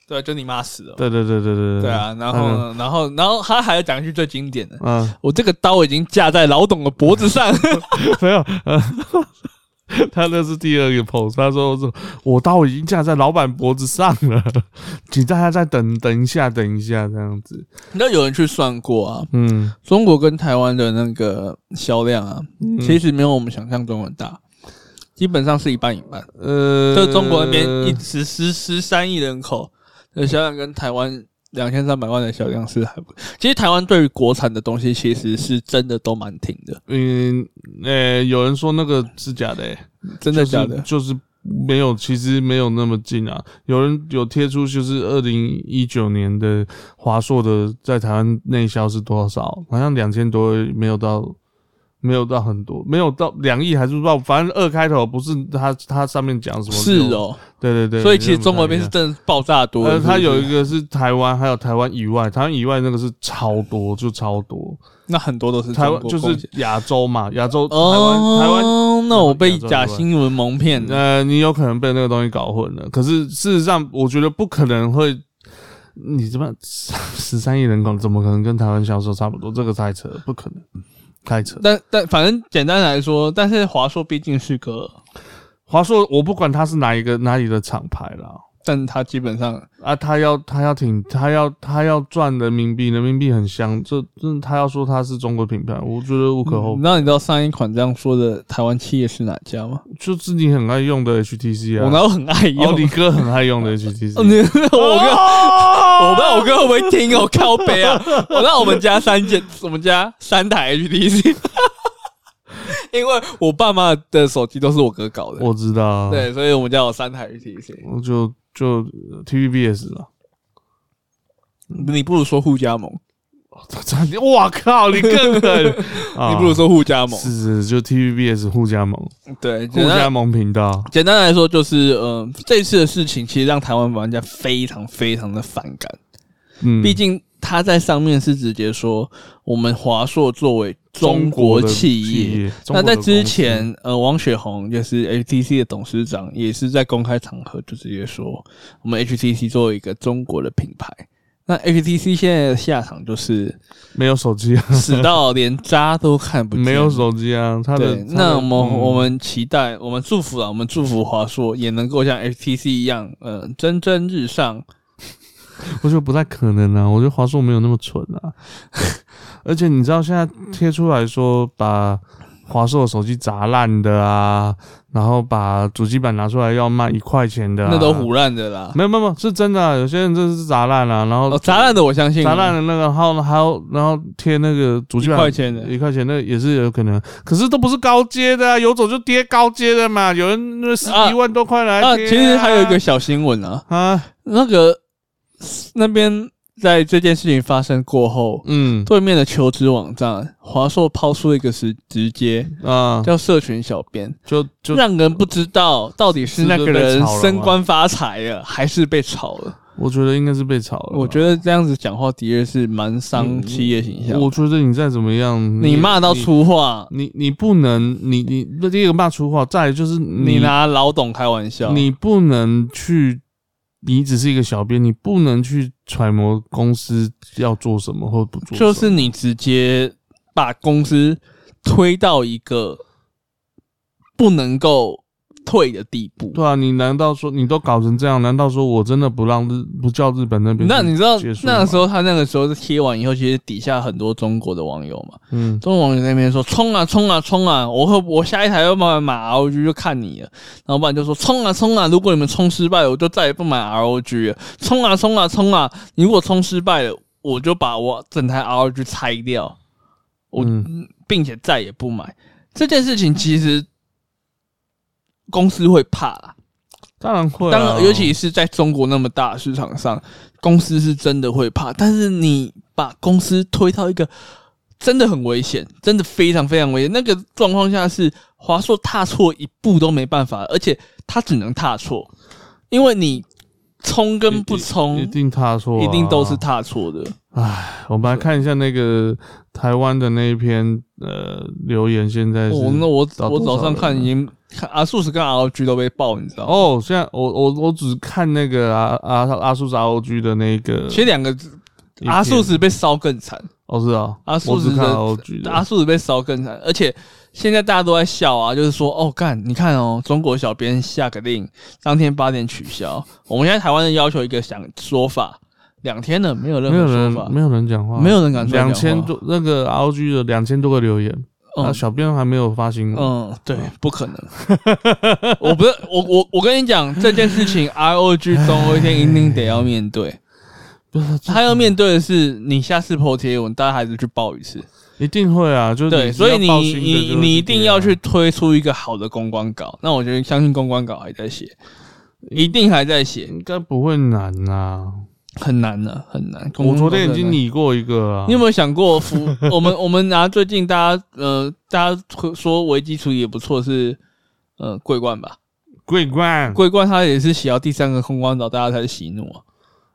S2: 对，就你妈死了。
S1: 对对对对对
S2: 哦对，啊，然后呢，然后，然后他还要讲一句最经典的，
S1: 嗯，
S2: 我这个刀已经架在老董的脖子 上。
S1: 没有，呃他那是第二个 pose，他说是我刀已经架在老板脖子上了，请大家再等等一下，等一下这样子，
S2: 你知道有人去算过啊，
S1: 嗯，
S2: 中国跟台湾的那个销量啊，
S1: 嗯
S2: 其实没有我们想象中的大，基本上是一半一半。
S1: 呃，
S2: 就中国那边一十十十三亿人口的销量，跟台湾两千三百万的销量是还不，其实台湾对于国产的东西其实是真的都蛮挺的，
S1: 嗯，呃，有人说那个是假的、欸，
S2: 真的假的？
S1: 就是？就是没有，其实没有那么近啊。有人有贴出，就是二零一九年的华硕的在台湾内销是多少？好像两千多，没有到，没有到很多，没有到两亿还是不知道。反正二开头不是它它上面讲什么？
S2: 是，哦，
S1: 对对对。
S2: 所以其实中国
S1: 那
S2: 那边是真的爆炸多
S1: 呃，
S2: 的。
S1: 它
S2: 是不
S1: 有
S2: 是
S1: 一个是台湾，还有台湾以外，台湾以外那个是超多，就超多。
S2: 那很多都是
S1: 台
S2: 中
S1: 湾
S2: 国
S1: 就是亚洲嘛，亚洲台湾台湾
S2: 哦，那我被
S1: 亚洲以外
S2: 假新闻蒙骗了。
S1: 呃，你有可能被那个东西搞混了。可是事实上，我觉得不可能会，你怎么十三亿人口怎么可能跟台湾销售差不多？这个太扯了，不可能，太扯。
S2: 但但反正简单来说，但是华硕毕竟是个，
S1: 华硕，我不管它是哪一个哪里的厂牌啦，
S2: 但它基本上
S1: 啊，他要他要挺他要他要赚人民币，人民币很香，这这他要说他是中国品牌，我觉得无可厚非。
S2: 那你知道上一款这样说的台湾企业是哪家吗？
S1: 就是你很爱用的 HTC 啊，
S2: 我哪有很爱用
S1: 哦，？你哥很爱用的 HTC，
S2: 哦 你我跟我
S1: 我
S2: 不知道我哥会不会听哦，靠背 啊！我让我们家三件，我们家三台 HTC，因为我爸妈的手机都是我哥搞的，
S1: 我知道啊，
S2: 对，所以我们家有三台 HTC。
S1: 我就就 TVBS 了。
S2: 你不如说互加盟，
S1: 哇靠，你更 狠！啊
S2: 你不如说互加盟，
S1: 是是，就 TVBS 互加盟，
S2: 对，
S1: 互
S2: 简单
S1: 加盟频道。
S2: 简单来说，就是呃，这次的事情其实让台湾玩家非常非常的反感，
S1: 嗯，
S2: 毕竟他在上面是直接说我们华硕作为中国
S1: 的
S2: 企业。
S1: 业，中
S2: 那
S1: 国的
S2: 在之
S1: 公司
S2: 前，呃，王雪红就是 HTC 的董事长，也是在公开场合就直接说，我们 HTC 作为一个中国的品牌，那 HTC 现在的下场就是
S1: 没有手机啊，
S2: 死到连渣都看不 见，
S1: 没有手机啊，他的
S2: 对，
S1: 它的
S2: 那我们、
S1: 嗯
S2: 我们期待，我们祝福啊，我们祝福华硕也能够像 HTC 一样，呃，蒸蒸日上。
S1: 我觉得不太可能啊，我觉得华硕没有那么蠢啊。 而且你知道现在贴出来说把华硕的手机砸烂的啊，然后把主机板拿出来要卖一块钱的啊、
S2: 那都胡乱的啦。
S1: 没有没有没有是真的啊、有些人真的是砸烂了、然后
S2: 哦，砸烂的我相信，
S1: 砸烂的那个，然后还有然后贴那个主
S2: 一
S1: 机板
S2: 块钱的，
S1: 一块钱，那也是有可能。可是都不是高阶的、啊，有种就贴高阶的嘛，有人那十
S2: 啊
S1: 一万多哎块来贴、
S2: 啊，其实还有一个小新闻啊，
S1: 啊，
S2: 那个那边在这件事情发生过后，
S1: 嗯
S2: 对面的求职网站华硕抛出一个是直接
S1: 啊，
S2: 叫社群小编，
S1: 就就
S2: 让人不知道到底是
S1: 是
S2: 那
S1: 不是
S2: 个
S1: 被
S2: 人
S1: 炒了
S2: 升
S1: 吗
S2: 官发财了，还是被炒了。
S1: 我觉得应该是被炒了。
S2: 我觉得这样子讲话的确是蛮伤企业形象。
S1: 我觉得你再怎么样，
S2: 你骂到
S1: 你
S2: 粗话，
S1: 你你不能，你你那第一个骂粗话，再来就是
S2: 你
S1: 你
S2: 拿老董开玩笑，
S1: 你不能去，你只是一个小编，你不能去揣摩公司要做什么或不做什
S2: 就
S1: 么，
S2: 是你直接把公司推到一个不能够退的地步。
S1: 对啊，你难道说你都搞成这样？难道说我真的不让日不叫日本那边去？
S2: 那你知道
S1: 结束
S2: 那
S1: 吗
S2: 个时候他那个时候贴完以后，其实底下很多中国的网友嘛，
S1: 嗯，
S2: 中国网友在那边说冲啊冲啊冲啊，我会我下一台要买买 ROG 就看你了，然后不然就说冲啊冲啊，如果你们冲失败了，我就再也不买 ROG 了，冲啊冲啊冲啊，你如果冲失败了，我就把我整台 ROG 拆掉，我、
S1: 嗯
S2: 并且再也不买。这件事情其实公司会怕啦，
S1: 当然会、啊，
S2: 当然，尤其是在中国那么大的市场上，公司是真的会怕。但是你把公司推到一个真的很危险，真的非常非常危险。那个状况下是华硕踏错一步都没办法，而且他只能踏错，因为你冲跟不冲
S1: 一定踏错、
S2: 一定都是。踏错的。
S1: 唉，我们来看一下那个台湾的那一篇呃留言，现在是
S2: 哦我、那我
S1: 到
S2: 我
S1: 多少
S2: 早上看
S1: 人
S2: 已
S1: 了
S2: 经看阿素斯跟 ROG 都被爆，你知道吗？
S1: 哦，现在我我我只看那个啊啊阿叔是 ROG 的那个，
S2: 其实两个
S1: 影片
S2: 阿素斯被烧更惨，
S1: 哦是啊，
S2: 阿
S1: 我
S2: 素
S1: 只
S2: 斯
S1: 看
S2: 的
S1: ROG 的
S2: 阿啊素子被烧更惨，而且现在大家都在笑啊，就是说哦，干，你看哦，中国小编下个令，当天八点取消。我们现在台湾人要求一个想说法，两天了没有任
S1: 没有
S2: 何说
S1: 人
S2: 法，
S1: 没有人讲话，
S2: 没有人敢出来讲
S1: 两
S2: 话
S1: 千多那个 ROG 的两千多个留言，啊
S2: 嗯
S1: 小编还没有发新闻，
S2: 嗯，对，不可能。我不是我我我跟你讲这件 事情，ROG 总有一天一定得要面对。
S1: 哎不是
S2: 他要面对的是你下次破贴文，大家还是去报一次。
S1: 一定会啊，就是
S2: 对，
S1: 你
S2: 所以
S1: 要
S2: 你
S1: 报新的就是
S2: 你
S1: 这啊
S2: 你一
S1: 样
S2: 定要去推出一个好的公关稿。那我觉得相信公关稿还在写，一定还在写，
S1: 应该不会难呐、
S2: 很难的、很难。公
S1: 我
S2: 关稿
S1: 昨天已
S2: 真的
S1: 经
S2: 很难。
S1: 理过一个啊了。
S2: 你有没有想过服？ 我们我们拿最近大家呃，大家说危机处理也不错，是呃桂冠吧？
S1: 桂冠
S2: 桂冠他也是写到第三个公关稿，大家才喜怒啊。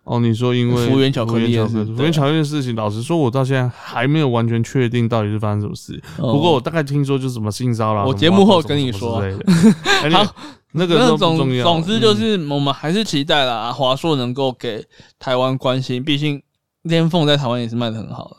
S1: 哦，你说因为
S2: 福原巧克力
S1: 福
S2: 也
S1: 原
S2: 是
S1: 巧克力
S2: 对啊
S1: 福原巧克力的事情，老实说，我到现在还没有完全确定到底是发生什么事。
S2: 不
S1: 不过我大概听说就是什么性骚扰，
S2: 嗯我
S1: 什么
S2: 节目后
S1: 什么
S2: 跟你
S1: 什么
S2: 说
S1: 之类的。 好，那个
S2: 那
S1: 都不
S2: 总
S1: 重要。
S2: 总之就
S1: 嗯
S2: 是我们还是期待啦，华硕能够给台湾关心，毕竟联凤在台湾也是卖的很好了。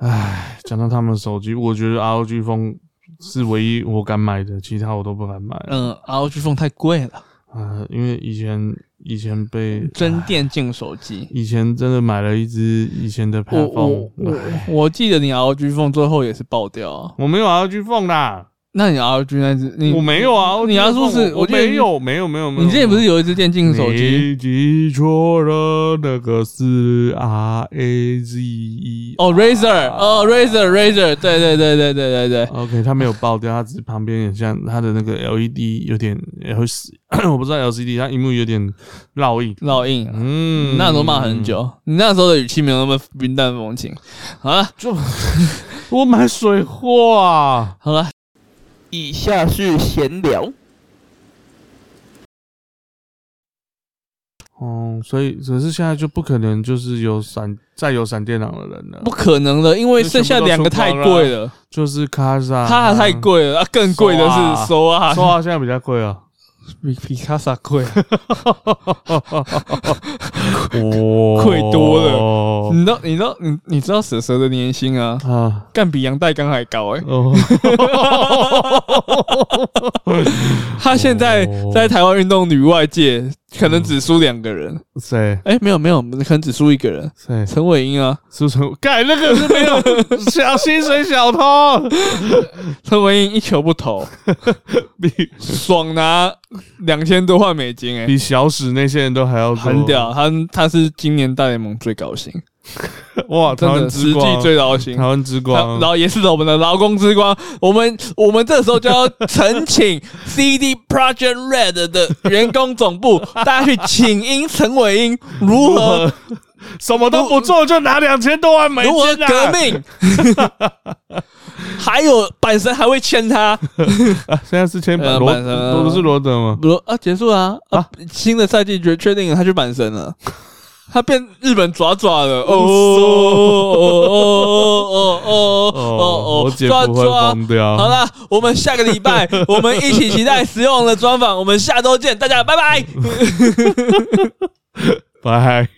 S1: 唉，讲到他们的手机，我觉得 ROG 风是唯一我敢买的，其他我都不敢买。
S2: 嗯，ROG Phone 太贵了，
S1: 啊，因为以前以前被
S2: 真
S1: 唉
S2: 电竞手机。
S1: 以前真的买了一只以前的
S2: 我
S1: Pad
S2: 我
S1: Phone，
S2: 我哎我记得你 ROG Phone 最后也是爆掉啊，
S1: 我没有 ROG Phone 啦。
S2: 那你 ROG 那只你
S1: 我没有啊，我
S2: 你要说是
S1: 我
S2: 我
S1: 我
S2: 记得
S1: 没有，没有，没有，没有。
S2: 你之前不是有一只电竞手机？
S1: 你记错了，那个是 R A Z E。
S2: 哦，Razer，哦，Razer，Razer，对对对对对对对，
S1: OK，它没有爆掉，它只是旁边很像它的那个 LED 有点也会死， 我不知道 LCD 它荧幕有点烙印。
S2: 烙印啊。
S1: 嗯，
S2: 那时候骂很，久，你那时候的语气没有那么云淡风轻。好了，
S1: 就我买水货啊。
S2: 好了，以下是闲聊。
S1: 哦，所以可是现在就不可能就是有闪再有闪电狼的人了
S2: 不，可能的，因为剩下两个太贵了，
S1: 就是卡萨，
S2: 它太贵了，啊更贵的是索啊，
S1: 说话现在比较贵 啊。
S2: 比比卡萨贵。
S1: 贵
S2: 多
S1: 了
S2: 你知道，你知道，你你知道蛇蛇的年薪啊，
S1: 啊！
S2: 干比杨代刚还高哎、
S1: 哦，
S2: 他现在在台湾运动女外界可能只输两个人，
S1: 谁
S2: 哎、没有没有，可能只输一个人，
S1: 谁
S2: 陈伟英啊，
S1: 苏成？盖那个是没 有小薪水小偷，
S2: 陈伟英一球不投，
S1: 比
S2: 爽拿两千多万美金 哎、
S1: 比小史那些人都还要多
S2: 很屌，他他是今年大联盟最高薪，
S1: 哇！台
S2: 真
S1: 湾
S2: 的
S1: 之
S2: 实际
S1: 光，
S2: 最高薪，
S1: 台湾之
S2: 然
S1: 光
S2: 后也是我们的劳工之光，我们我们这时候就要呈请 CD Project Red 的员工总部，大家去请缨陈伟英如何
S1: 什么都不做就拿两千多万美
S2: 如何
S1: 金啊！
S2: 革命，还有板神还会签他，
S1: 啊现在是签
S2: 呃
S1: 罗，
S2: 满神啊
S1: 都不是罗德吗？
S2: 不啊结束啊啊，新的赛季决确定了他去板神了。他变日本爪爪了哦哦哦哦哦
S1: 哦，
S2: 哦
S1: 我
S2: 哦
S1: 姐夫会疯掉。
S2: 好，啦，我们下个礼拜我们一起期待实用的专访，我们下周见，大家拜拜。
S1: 拜。